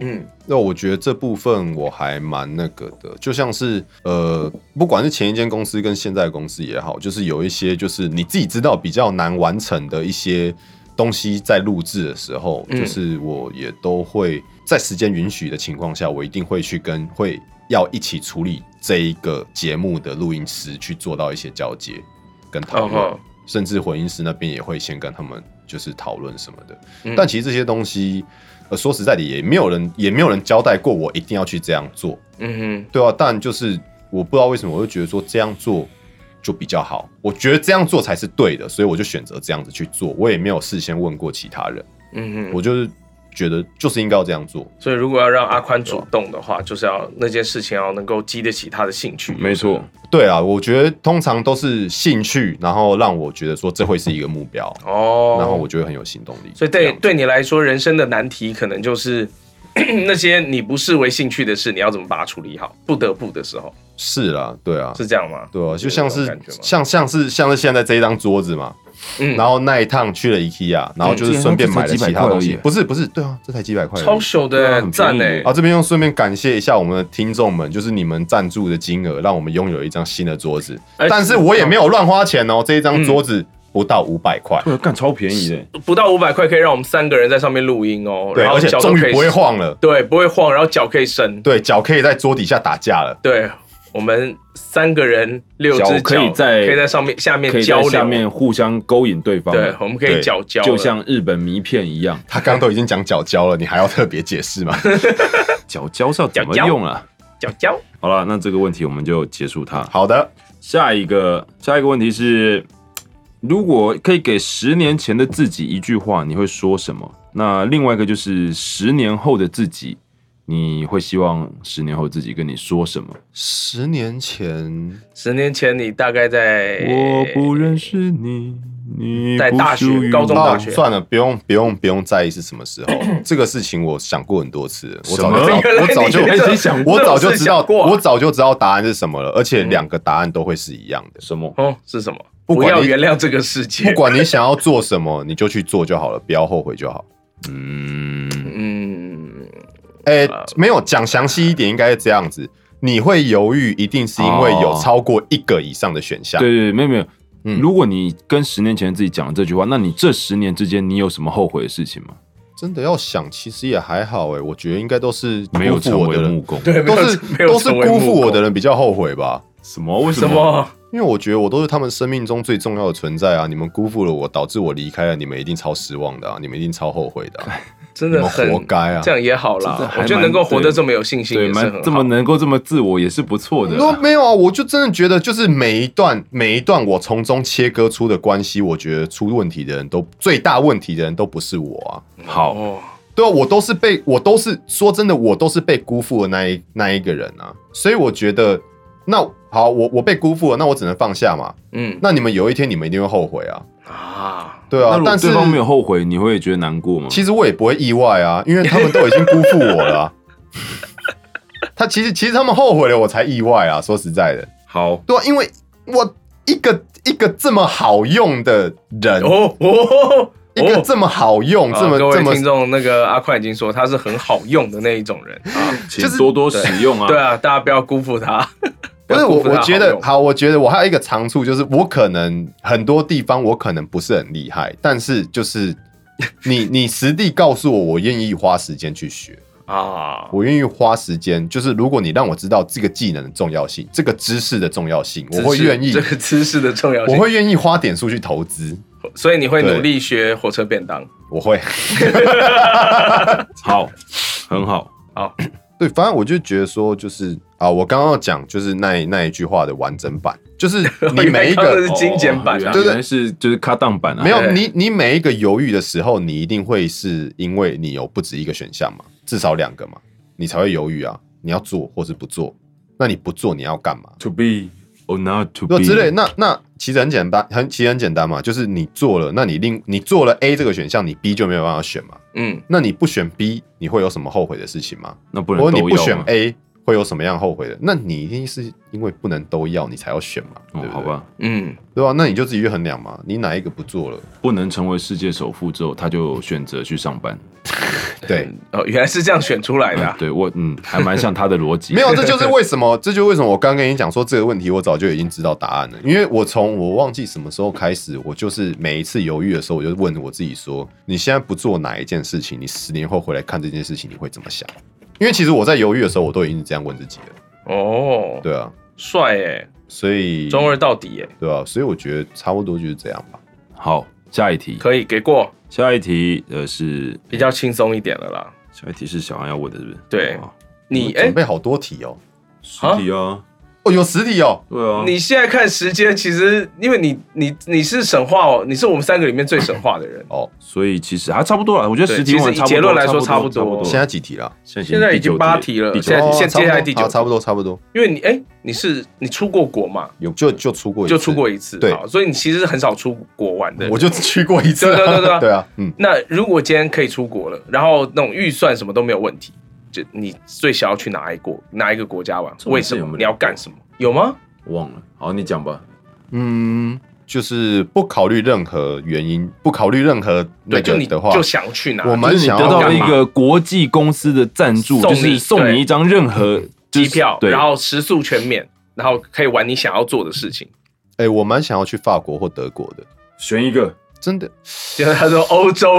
E: 嗯
C: 那我觉得这部分我还蛮那个的，就像是呃，不管是前一间公司跟现在的公司也好，就是有一些就是你自己知道比较难完成的一些东西，在录制的时候，
E: 嗯
C: 就是我也都会在时间允许的情况下，我一定会去跟会要一起处理这一个节目的录音师去做到一些交接跟讨论。
E: 哦
C: 甚至混音师那边也会先跟他们就是讨论什么的。
E: 嗯
C: 但其实这些东西，呃，说实在的，也没有人也没有人交代过我一定要去这样做，
E: 嗯
C: 对啊，但就是我不知道为什么，我就觉得说这样做就比较好，我觉得这样做才是对的，所以我就选择这样子去做。我也没有事先问过其他人，
E: 哼，嗯哼。
C: 我就是觉得就是应该要这样做。
E: 所以，如果要让阿宽主动的话，就是要那件事情要能够激得起他的兴趣。
F: 没错，
C: 对啊，我觉得通常都是兴趣，然后让我觉得说这会是一个目标，
E: 哦，
C: 然后我就会很有行动力。
E: 所以
C: 这
E: 对
C: 样子
E: 对你来说，人生的难题可能就是嗯那些你不视为兴趣的事，你要怎么把它处理好？不得不的时候
C: 是啦，对啊，
E: 是这样吗？
C: 对啊，
E: 有
C: 就像
E: 这
C: 是
E: 种感觉吗
C: 像像是像是现在这一张桌子嘛，
E: 嗯
C: 然后那一趟去了 IKEA，然后就是顺便买了其他东西
F: 哎这才几百块而已，
C: 不是不是，对啊，这才几百块而已，
E: 超秀
F: 对啊
E: 的
F: 很
E: 赞欸
F: 便
E: 呢
F: 宜
C: 啊！！这边又顺便感谢一下我们的听众们，就是你们赞助的金额，让我们拥有一张新的桌子。
E: 哎嗯
C: 但是我也没有乱花钱哦，这一张桌子不到五百块，
F: 对啊，干超便宜的，
E: 不到五百块可以让我们三个人在上面录音哦，
C: 对，
E: 然后
C: 而且
E: 脚都
C: 终
E: 可以
C: 于不会晃了，
E: 对，不会晃，然后脚可以伸，
C: 对，脚可以在桌底下打架了。
E: 对。我们三个人六只
F: 脚可以在
E: 可以在上面下面
F: 可以
E: 交
F: 在
E: 流，
F: 下面互相勾引对方。啊
E: 对，我们可以
C: 对
E: 脚交了，
F: 就像日本迷片一样，
C: 他刚刚都已经讲脚胶了，你还要特别解释吗？
F: 脚胶是要怎么
E: 脚胶
F: 用啊？
E: 脚交，
F: 好了，那这个问题我们就结束它。
C: 好的，
F: 下一个，下一个问题是，如果可以给十年前的自己一句话，你会说什么？那另外一个就是十年后的自己，你会希望十年后自己跟你说什么？
C: 十年前
E: 十年前你大概在
F: 我不认识你，你
E: 在大学
F: 不属于
E: 高中
F: 我
E: 大
C: 哦，
E: 学
C: 算了，不用不用不用在意是什么时 候，这个事情我想过很多次了，我早
F: 什
C: 就知道，我早
F: 么
C: 就
E: 原来你这
C: 我早就知道
E: 这种事想，过啊
C: 我早就知道答案是什么了，而且两个答案都会是一样的。
F: 什么？
E: 哦是什么？
C: 不
E: 不
C: 管
E: 要
C: 你
E: 原谅这个世界，
C: 不管你想要做什么，你就去做就好了，不要后悔就好。
F: 嗯，
E: 嗯，
C: 哎、没有讲详细一点，应该是这样子。你会犹豫，一定是因为有
F: 哦
C: 超过一个以上的选项。
F: 对对对，没有没有。
C: 嗯
F: 如果你跟十年前的自己讲了这句话，那你这十年之间你有什么后悔的事情吗？
C: 真的要想，其实也还好哎、我觉得应该都是
F: 没有
C: 辜
F: 成
C: 负我
F: 为
C: 的
F: 木
C: 人，
F: 工。
E: 对，没
C: 都
E: 有
C: 是
E: 没有
C: 都是
E: 成为
C: 辜负
E: 木
C: 我的
E: 工
C: 人比较后悔吧。
F: 什么？为什
E: 什
F: 么？
E: 么？
C: 因为我觉得我都是他们生命中最重要的存在啊！你们辜负了我，导致我离开了，你们一定超失望的啊！你们一定超后悔的啊、
E: 真
C: 你
E: 的
C: 们
E: 很
C: 活该啊
E: 这！样也好
F: 真的
E: 啦，
F: 还
E: 我觉得
F: 蛮
E: 能够活得
F: 对
E: 这么有信心也
F: 对，
E: 是很好
F: 蛮这么能够这么自我也是不错的
C: 都
F: 啦。
C: 没有啊！我就真的觉得，就是每一段每一段我从中切割出的关系，我觉得出问题的人都最大问题的人都不是我啊！
F: 好，
E: 哦，
C: 对啊，我都是被我都是说真的，我都是被辜负的那一那一个人啊！所以我觉得，那好，我我被辜负了，那我只能放下嘛。
E: 嗯
C: 那你们有一天你们一定会后悔啊！
E: 啊，
C: 对
F: 那
C: 啊
F: 如，果
C: 但是
F: 对方没有后悔，你会觉得难过 吗？
C: 其实我也不会意外啊，因为他们都已经辜负我了啊、 他其实其实他们后悔了，我才意外啊。说实在的，
F: 好，
C: 对、啊，因为我一个一个这么好用的人，
E: 哦哦，
C: 一个
E: 哦
C: 这么好用，
E: 啊
C: 这么
E: 各位
C: 这么
E: 听众，那个阿宽已经说他是很好用的那一种 人啊，
F: 请多多使用啊。
E: 对啊，大家不要辜负他。
C: 不是
E: 要
C: 我
E: 辜负他
C: 我觉
E: 好
C: 得
E: 用
C: 好，我觉得我还有一个长处就是，我可能很多地方我可能不是很厉害，但是就是你 你实地告诉我，我愿意花时间去学。
E: 啊，
C: 我愿意花时间，就是如果你让我知道这个技能的重要性，这个知识的重要性，我会
E: 姿势
C: 愿意，
E: 这个姿势的重要
C: 我
E: 性，
C: 会愿意花点数去投资，
E: 所以你会
C: 对
E: 努力学火车便当。
C: 我会。
F: 好，很好。
C: 对，反正我就觉得说，就是啊，我刚刚讲就是那一那一句话的完整版，就是你每一
E: 我以为刚刚
C: 个
E: 是精哦简版啊
F: 哦
C: 对对
F: 原来是就是卡档版啊。
C: 没有
E: 对
C: 你你每一个犹豫的时候，你一定会是因为你有不止一个选项嘛，至少两个嘛，你才会犹豫啊，你要做或是不做，那你不做你要干嘛？
F: to be or not to
C: 那
F: be
C: 之类，那那其实很简单，很其实很简单嘛，就是你做了，那你另你做了 A 这个选项，你 B 就没有办法选嘛。
E: 嗯，
C: 那你不选 B，你会有什么后悔的事情吗？
F: 那不能
C: 或者
F: 都
C: 你
F: 要
C: 不选
F: 吗
C: A 会有什么样后悔的？那你一定是因为不能都要，你才要选嘛，对不
F: 哦
C: 对？
F: 好，吧，
E: 嗯，
C: 对吧？那你就自己去衡量嘛，你哪一个不做了？
F: 不能成为世界首富之后，他就选择去上班。
C: 对，
E: 哦，原来是这样选出来的啊。
F: 对我，嗯，还蛮像他的逻辑。
C: 没有，这就是为什么，这就是为什么我刚跟你讲说这个问题，我早就已经知道答案了。因为我从我忘记什么时候开始，我就是每一次犹豫的时候，我就问我自己说：你现在不做哪一件事情，你十年后回来看这件事情，你会怎么想？因为其实我在犹豫的时候，我都已经是这样问自己了。
E: 哦，
C: 对啊，
E: 帅哎，
C: 所以
E: 中二到底哎，
C: 对啊，所以我觉得差不多就是这样吧。
F: 好，下一题，
E: 可以给过，
F: 下一题呃是
E: 比较轻松一点了啦。
F: 下一题是小安要问的，是不是？
E: 对
F: 好
E: 你哎
C: 准，备好多题哦，
F: 实体啊，
C: 哦，有实体哦，。
F: 对啊，
E: 你现在看时间，其实因为你你你是省话哦，你是我们三个里面最省话的人
F: 所以其实还差不多了。我觉得
E: 对
F: 实体
E: 其
F: 问
E: 实
F: 差不多，
E: 结论来说
F: 差不
E: 差不多
C: 现在几题了？
F: 现在
E: 现在已
F: 第九
E: 经
F: 题
E: 八题了
F: 第九
E: 现在
C: 哦
E: 现
C: 差不
E: 接下来
C: 多
E: 第九
C: 好差不多，差不多，
E: 因为你哎、你是你出过国嘛？
C: 有就就出过一次
E: 就出过，一次，
C: 对
E: 好所以你其实很少出国玩的。
C: 我就去过一次啊，
E: 对对对对 啊
C: 对啊，嗯。
E: 那如果今天可以出国了，然后那种预算什么都没有问题，就你最想要去哪一国哪一个国家玩？
F: 这种
E: 为
F: 事
E: 什
F: 有
E: 么？
F: 没有
E: 你要干什么？有吗？
F: 忘了。好，你讲吧。
C: 嗯，就是不考虑任何原因，不考虑任何那
E: 对，就
C: 个
E: 你
C: 的话，
E: 就想去哪？
C: 我蛮
F: 就是你
C: 想要
F: 得到了
E: 干
F: 一
E: 嘛
F: 个国际公司的赞助，
E: 送
F: 就
E: 你
F: 是送
E: 对
F: 你一张任何就是
E: 机票，
F: 对
E: 然后食宿全免，然后可以玩你想要做的事情。
C: 哎、我蛮想要去法国或德国的，
F: 选一个。
C: 真的。
E: 就是他说欧洲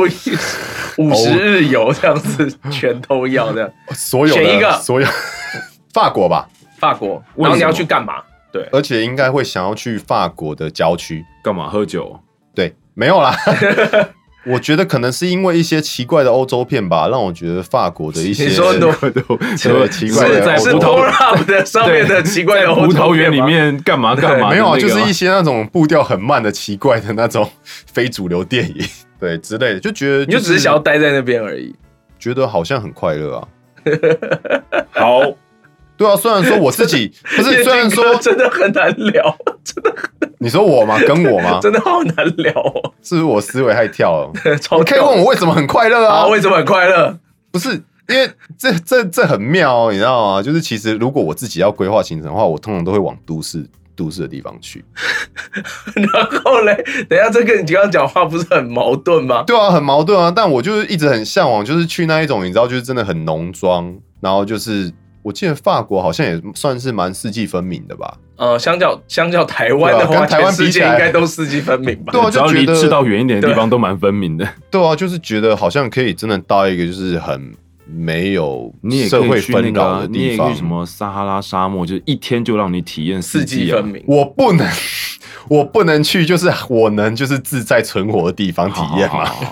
E: 五十日游这样子全都要这样，
C: 所有的
E: 选一个
C: 所有法国吧，
E: 法国，
F: 为什么
E: 然后你要去干嘛？对，
C: 而且应该会想要去法国的郊区。
F: 干嘛 喝酒？
C: 对，没有啦。我觉得可能是因为一些奇怪的欧洲片吧，让我觉得法国的一些
E: 你说挪
C: 对奇怪
F: 是
C: 的
F: 在
C: 欧
E: 是
F: 葡
C: 洲
E: p o
F: 萄
E: r u p 的上面的奇怪的
F: 葡萄
E: 片
F: 园里
E: 吗，
F: 面干嘛干嘛的那个吗？
C: 没有啊，就是一些那种步调很慢的奇怪的那种非主流电影，对之类的，就觉得
E: 你就只是想要待在那边而已。
C: 觉得好像很快乐啊。
F: 好，
C: 对啊，虽然说我自己不是，
E: 叶
C: 虽然
E: 靖哥
C: 说
E: 真的很难聊，
C: 你说我吗？跟我
F: 啊
C: 吗？
E: 真的好难聊哦，
C: 是不是我思维太跳了？
E: 超
C: 你可以问我为什么很快乐啊
E: 啊，？为什么很快乐？
C: 不是因为这这这很妙、哦，你知道吗？就是其实如果我自己要规划行程的话，我通常都会往都市都市的地方去。
E: 然后嘞，等一下这跟你刚刚讲话不是很矛盾吗？
C: 对啊，很矛盾啊。但我就是一直很向往，就是去那一种你知道，就是真的很浓妆，然后就是我记得法国好像也算是蛮四季分明的吧？
E: 呃，相较相较台湾的
C: 对啊
E: 话，
C: 跟台湾
E: 全世
C: 比起
E: 界
C: 来
E: 应该都四季分明吧？
C: 对啊，
F: 只
C: 就
F: 要
C: 觉
F: 离赤
C: 得
F: 道远一点的地方都蛮分明的。
C: 对啊，就是觉得好像可以真的到一个就是很没有
F: 你也
C: 社
F: 可
C: 会
F: 以去那
C: 纷
F: 个
C: 扰
F: 啊
C: 的，
F: 你也
C: 地
F: 可
C: 方
F: 以。什么撒哈拉沙漠，就是一天就让你体验
E: 四季
F: 季
E: 分
F: 啊。
E: 明。
C: 我不能， 我不能去，就是我能就是自在存活的地方体
F: 好
C: 验
F: 好
C: 嘛。
F: 好好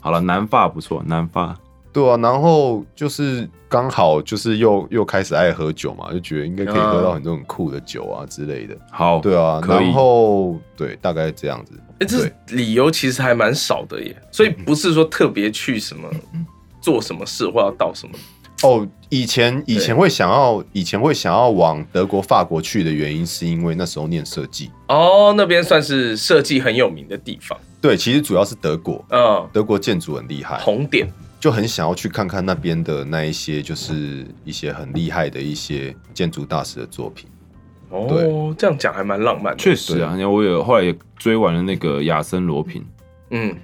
F: 好了，南法不错，南法
C: 对啊，然后就是刚好就是又又开始爱喝酒嘛，就觉得应该可以喝到很多很酷的酒啊之类的。
F: 好，
C: 对啊，
F: 哦可以
C: 然后对，大概这样子。
E: 哎、这
C: 对嗯
E: 理由其实还蛮少的耶，所以不是说特别去什么做什么事或要到什么。
C: 哦，以前以前会想要，以前会想要往德国、法国去的原因，是因为那时候念设计。
E: 哦，那边算是设计很有名的地方，
C: 对，其实主要是德国，
E: 嗯，
C: 德国建筑很厉害，
E: 红点，
C: 就很想要去看看那边的那一些，就是一些很厉害的一些建筑大师的作品。
E: 哦
C: 对，
E: 这样讲还蛮浪漫的，
F: 确实啊，我也后来也追完了那个亚森罗平。
E: 嗯，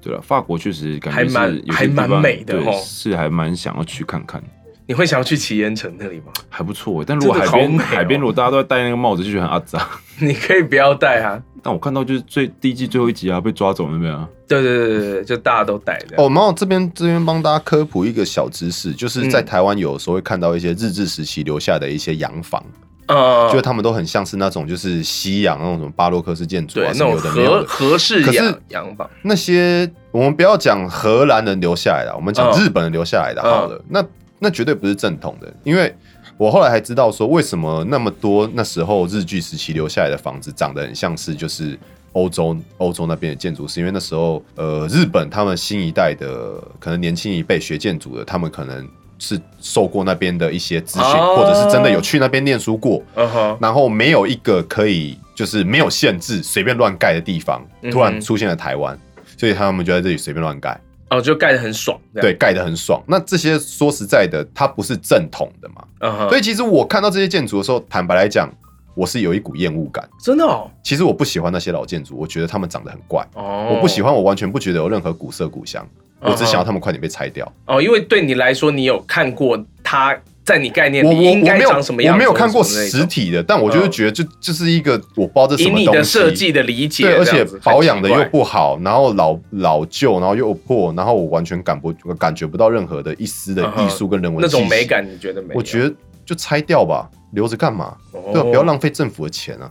F: 对了，法国确实感
E: 还
F: 觉
E: 蛮
F: 是有些地方
E: 还蛮美的
F: 对
E: 吼
F: 是还蛮想要去看看，
E: 你会想要去奇岩城那里吗？
F: 还不错欸。但如果
E: 真的
F: 海
E: 好
F: 边
E: 美哦
F: 海边如果大家都在戴那个帽子，就觉得很阿杂。
E: 你可以不要带啊，
F: 但我看到就是最第一季最后一集啊，被抓走那边 啊，
E: 对对对对对，就大家都带的。
C: 哦，然后这边这边帮大家科普一个小知识，就是在
E: 嗯
C: 台湾有时候会看到一些日治时期留下的一些洋房，
E: 嗯，
C: 就是哦他们都很像是那种就是西洋那种什么巴洛克式建筑
E: 对
C: 啊
E: 那
C: 什么
E: 种
C: 有的没有
E: 合
C: 的。
E: 合适
C: 可是
E: 养养法，
C: 那些我们不要讲荷兰人留下来的，我们讲
E: 嗯
C: 日本人留下来的好了，那那绝对不是正统的，因为。我后来还知道说，为什么那么多那时候日据时期留下来的房子长得很像是就是欧洲欧洲那边的建筑，是因为那时候呃日本他们新一代的可能年轻一辈学建筑的，他们可能是受过那边的一些资讯，
E: 哦
C: 或者是真的有去那边念书过，
E: 嗯哼，
C: 然后没有一个可以就是没有限制随便乱盖的地方
E: 嗯哼，
C: 突然出现了台湾，所以他们就在这里随便乱盖，
E: 哦，就盖的很爽，这样
C: 对，，盖得很爽。那这些说实在的，它不是正统的嘛，
E: 嗯哼，
C: 所以其实我看到这些建筑的时候，坦白来讲，我是有一股厌恶感。
E: 真的哦，
C: 其实我不喜欢那些老建筑，我觉得他们长得很怪，
E: 哦，
C: 我不喜欢，我完全不觉得有任何古色古香，
E: 嗯哼
C: 我只想要他们快点被拆掉。
E: 哦，因为对你来说，你有看过它在你概念
C: 我
E: 里
C: 我我
E: 应该
C: 没有
E: 长什么样
C: 我
E: 子，
C: 没有看过
E: 什么之类的
C: 实，体的，但我就是觉得就就是一个我不知道这是
E: 以
C: 什么
E: 你
C: 东
E: 的
C: 西。
E: 设计的理解，
C: 对，而
E: 这
C: 且
E: 样子
C: 保养的
E: 很
C: 又
E: 奇怪
C: 不好，然后老老旧，然后又破，然后我完全感不感觉不到任何的一丝的
E: 嗯哼
C: 艺术跟人文
E: 那
C: 气息
E: 种美。感，你觉得没有？哦
C: 我觉得就拆掉吧，留着干嘛？对啊，不要浪费政府的钱啊。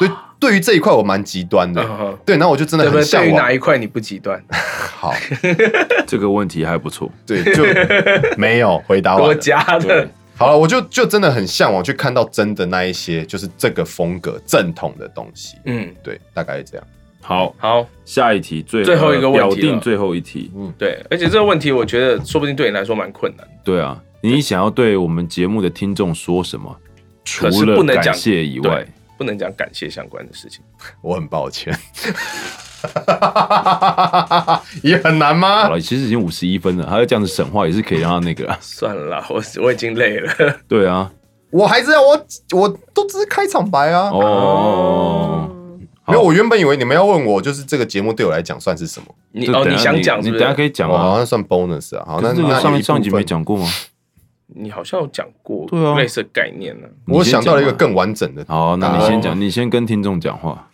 C: 对，对于这一块我蛮极端
E: 嗯
C: 的。
E: 哼
C: 对，然后我就真的
E: 对不
C: 很
E: 对？对
C: 向
E: 于哪
C: 往。
E: 一块你不极端？
C: 好，
F: 这个问题还不错。
C: 对，就 没有回答
E: 国
C: 完。
E: 家的
F: 对，
C: 好了，我就就真的很向往去看到真的那一些，就是这个风格正统的东西。
E: 嗯，
C: 对，大概是这样。
F: 好，
E: 好，
F: 下一题最呃
E: 最后一个问题了
F: 表定最后一题。
E: 对，而且这个问题，我觉得说不定对你来说蛮困难的，
F: 对啊，你想要对我们节目的听众说什么？除
E: 可是
F: 了
E: 不能讲
F: 感谢以外
E: 对，不能讲感谢相关的事情。
C: 我很抱歉。 也很难
F: 好
C: 吗？
F: 了，其实已经五十一分了，还要这样子省话也是可以让他那个啊。
E: 算了 啦，我我已经累了。
F: 对啊，
C: 我还知道我我都只是开场白啊。
F: 哦，
C: 没有，我原本以为你们要问我，就是这个节目对我来讲算是什么？
E: 你
F: 这
E: 哦，
F: 等
E: 你
F: 下
E: 想讲是
F: 你
E: 不
F: 等下可
E: 是？
F: 以讲
C: 我好
F: 啊。
C: 像算 bonus 啊。好，那
F: 可是你
C: 那
F: 上
C: 有
F: 一
C: 一
F: 上一集
C: 部分
F: 没。讲过吗？
E: 你好像有讲过
F: 对啊
E: 类似的概念呢。
C: 我想到了一个
F: 你先讲
C: 更完整的
F: 吧。好，那你先
C: 哦
F: 讲，你先跟听众讲话。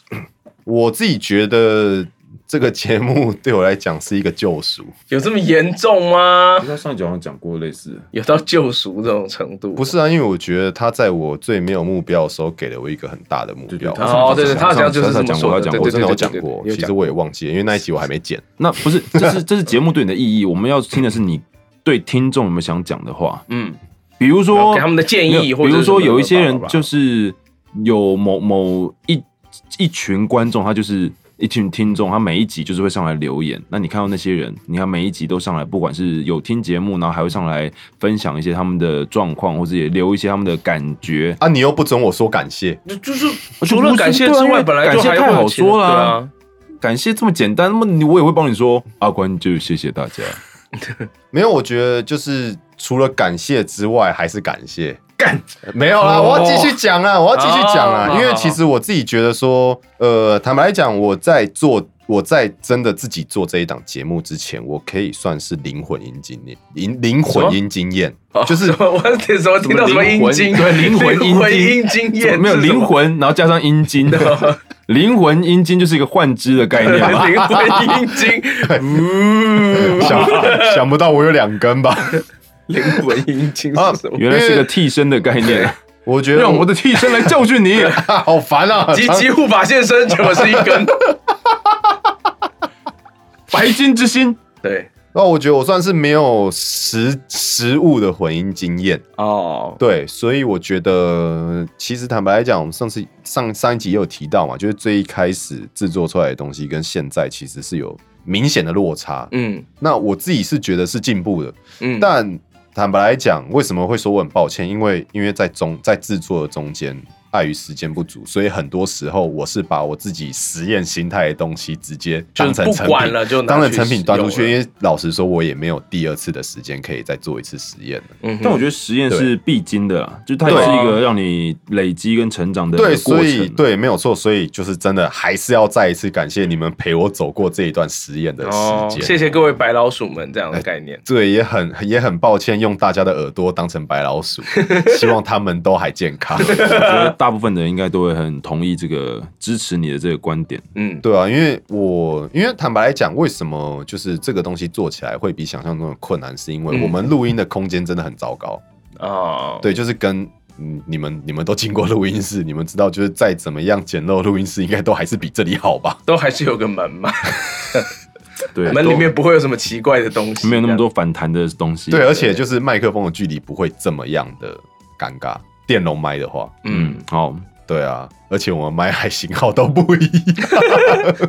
C: 我自己觉得这个节目对我来讲是一个救赎，
E: 有这么严重吗？
F: 他上一集好像讲过类似，
E: 有到救赎这种程度？
C: 不是啊？因为我觉得他在我最没有目标的时候，给了我一个很大的目
F: 对对
C: 标。
F: 他
E: 哦，对对，他好像就是这
F: 上
E: 么
F: 上
E: 说的，
F: 上
E: 对
C: 我
E: 对
C: 真
E: 对
C: 的有
E: 对
C: 讲
E: 对
C: 过，
E: 对
C: 其实我也忘记了，因为那一集我还没剪。
F: 那不是，这是这是节目对你的意义。我们要听的是你对听众有没有想讲的话，
E: 嗯，
F: 比如
E: 然后
F: 说
E: 给他们的建
F: 没
E: 议，
F: 有
E: 或者
F: 比如
E: 是
F: 说
E: 什么
F: 有一些人
E: 吧
F: 就是有某某一一群观众，他就是一群听众，他每一集就是会上来留言。那你看到那些人，你看每一集都上来，不管是有听节目，然后还会上来分享一些他们的状况，或者也留一些他们的感觉。
C: 啊，你又不准我说感谢，
E: 就就是
F: 我
E: 除
F: 就不
E: 了
F: 是
E: 感谢
F: 对啊
E: 之
F: 因
E: 外，
F: 为
E: 本来
F: 感
E: 就
F: 谢
E: 还
F: 太
E: 会有
F: 好
E: 其他
F: 说
E: 对
F: 啦
E: 啊。
F: 感谢这么简单，那么你我也会帮你说，阿关就谢谢 大家。
C: 没有，我觉得就是除了感谢之外，还是感谢。干，没有啦，
E: 哦
C: 我要继续讲啊，我要继续讲啊，因
E: 哦
C: 为其实我自己觉得说，呃，坦白来讲，我在做我在真的自己做这一档节目之前，我可以算是灵魂音经验，灵灵魂音经验，就是
E: 哦我那时候听到什么
F: 灵
E: 阴
F: 魂
E: 茎，
F: 对灵魂阴茎
E: 阴茎
F: 怎么
E: 验
F: 没有
E: 是什么
F: 灵，魂，然后加上阴茎，灵魂阴茎就是一个幻肢的概念 嘛。
E: 灵魂阴茎，呜
C: 想想不到我有两根 吧？
E: 灵魂阴茎
C: 啊
E: 是什么？
F: 原来是个替身的概 念，
C: 我觉得
F: 让我的替身来教训你。
C: 好烦啊！
E: 集集护法现身，结果是一根。
F: 白金之心，
E: 对，
C: 那哦我觉得我算是没有实实物的混音经验，
E: 哦，
C: 对，所以我觉得其实坦白来讲，我们上次上上一集也有提到嘛，就是最一开始制作出来的东西跟现在其实是有明显的落差。
E: 嗯
C: 那我自己是觉得是进步的，
E: 嗯，
C: 但坦白来讲，为什么会说我很抱歉？因为因为在中在制作的中间，碍于时间不足，所以很多时候我是把我自己实验心态的东西直接
E: 就
C: 当
E: 是
C: 成
E: 不
C: 成
E: 管
C: 品
E: 了就拿
C: 当成
E: 去
C: 成品端出去。
E: 用了
C: 因为老实说，我也没有第二次的时间可以再做一次实验了。
E: 嗯哼
F: 但我觉得实验是必经的啦，就是它也
C: 对
F: 是一个让你累积跟成长的
C: 对，啊
F: 过
C: 所以
F: 程。
C: 对，没有错，所以就是真的还是要再一次感谢你们陪我走过这一段实验的
E: 哦，
C: 时间。
E: 谢谢各位白老鼠们这样的概念。
C: 对，也很也很抱歉，用大家的耳朵当成白老鼠，希望他们都还健 康。
F: 我觉得大部分的人应该都会很同意这个支持你的这个观点。
E: 嗯，
C: 对啊，因为我因为坦白来讲，为什么就是这个东西做起来会比想象中的困难，是因为
E: 嗯
C: 我们录音的空间真的很糟糕。
E: 哦，
C: 对，就是跟嗯你们你们都进过录音室，你们知道，就是再怎么样简陋的录音室，应该都还是比这里好吧？
E: 都还是有个门嘛，
F: 对，
E: 门
F: 都
E: 里面不会有什么奇怪的东西，
F: 没有那么多反弹的东西。
C: 对，啊而且就是麦克风的距离不会这么样的尴尬。电容麦的话，
E: 这样。
F: 嗯
E: 嗯，，
F: 好，
C: 对啊，而且我们麦还型号都不一样，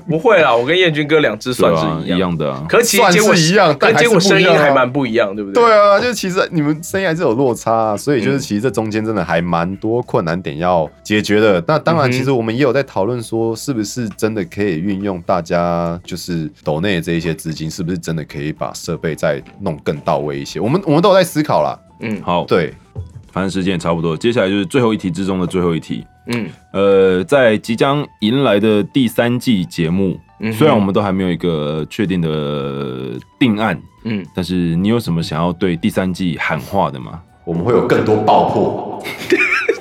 E: 不会啦，我跟彦军哥两只
F: 对
E: 算
F: 啊，
E: 是
F: 一
E: 一样，
F: 样的啊。
E: 可其实
C: 算
E: 结果
C: 是一样
E: 可
C: 但还
E: 结
C: 是
E: 果
C: 不一样啊
E: 声音还蛮不一样，对不对？
C: 对啊，就其实你们声音还是有落差、啊，所以就是其实这中间真的还蛮多困难点要解决的。那当
E: 嗯哼
C: 然，其实我们也有在讨论说，是不是真的可以运用大家就是抖内这一些资金，是不是真的可以把设备再弄更到位一些？我们我们都有在思考啦。
E: 嗯
F: 好，，
C: 对，
F: 反正时间也差不多，接下来就是最后一题之中的最后一题。
E: 嗯
F: 呃，在即将迎来的第三季节目，
E: 嗯哼
F: 虽然我们都还没有一个确定的定案，
E: 嗯，
F: 但是你有什么想要对第三季喊话的吗？
C: 我们会有更多爆 破，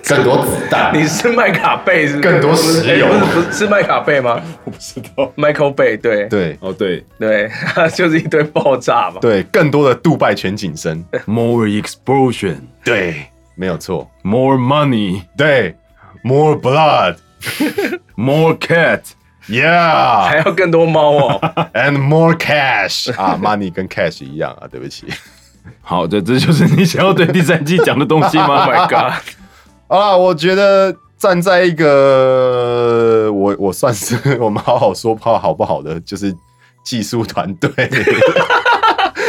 C: 更多子弹。
E: 你是麦卡贝是不是
C: 更多石油啊
E: 不是不是不是是麦卡贝吗？我不知道，Michael Bay 对
C: 对
F: 哦，对
E: 对， 就是一堆爆炸嘛。
C: 对，更多的杜拜全景声。
F: ，more explosion,
C: 对，没有错。
F: more money,
C: 对，more blood，yeah，and
F: more cat。
E: 还要更多猫 哦，
C: more cash 啊，money 跟 cash 一样啊，对不起。
F: 好，这这就是你想要对第三季讲的东西
E: Oh
F: 吗？
E: my god！
C: 好啦，我觉得站在一个我我算是我们好好说话好不好的，就是技术团队，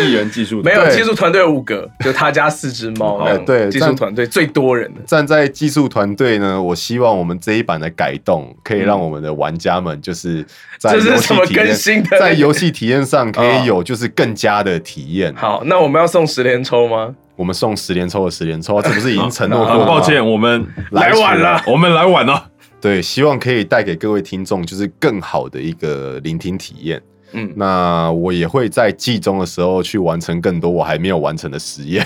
F: 艺人技术
E: 没有
C: 对
E: 技术团队五个，就他家四只猫。
C: 哎对
E: 技术团队最多人的。
C: 站在技术团队呢，我希望我们这一版的改动可以让我们的玩家们就是在
E: 嗯这是
C: 游
E: 什
C: 戏
E: 么
C: 体
E: 更
C: 验，
E: 新的
C: 在游戏体验上可
E: 哦
C: 以有就是更加的体验。
E: 好，那我们要送十连抽吗？
C: 我们送十连抽的十连抽，这不是已经承诺过
F: 很
C: 了吗？
F: 啊抱歉，我们
E: 来
C: 迟
E: 晚了，
F: 我们来晚了。
C: 对，希望可以带给各位听众就是更好的一个聆听体验。
E: 嗯
C: 那我也会在季中的时候去完成更多我还没有完成的实验。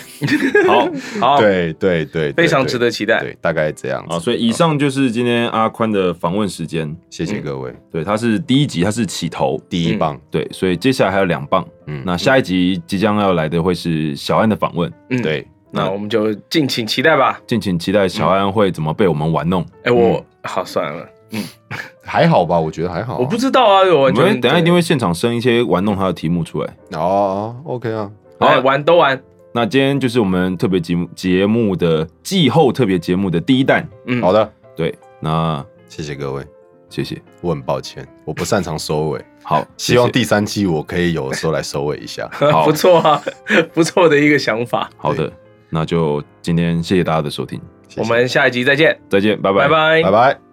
F: 好，
E: 嗯 好，
C: 对对对，对
E: 非常
C: 对
E: 值得期待。
C: 对，大概这样
F: 好，
C: 子。
F: 所以以上就是今天阿宽的访问时间。
C: 谢谢各位，
F: 对，它是第一集，它是起头，
C: 第一
E: 嗯
C: 棒，
F: 对，所以接下来还有两棒。
C: 嗯，
F: 那下一集即将要来的会是小安的访问，
E: 嗯，
C: 对，
E: 那我们就敬请期待吧。
F: 敬请期待小安会怎么被我们玩弄。
E: 哎，
C: 嗯
E: 我好算了，
C: 还好吧？我觉得还好啊。
E: 我不知道啊，我
F: 我
E: 完
F: 们
E: 全
F: 等一下一定会现场生一些玩弄他的题目出来。
C: 哦哦，OK 啊，
E: 来
F: 好
E: 哎玩都玩。
F: 那今天就是我们特别节目节目的季后特别节目的第一弹。
E: 嗯，
C: 好的，
F: 对，那
C: 谢谢各位。
F: 谢谢。
C: 我很抱歉，我不擅长收 尾，
F: 好，
C: 希望
F: 谢谢
C: 第三季我可以有的时候来收尾一下。
F: 好
E: 不错啊，不错的一个想法。
F: 好的，那就今天谢谢大家的收听，
C: 谢谢
E: 我们下一集再见，
F: 再见，拜
E: 拜
F: 拜。
E: 拜
C: 拜。拜。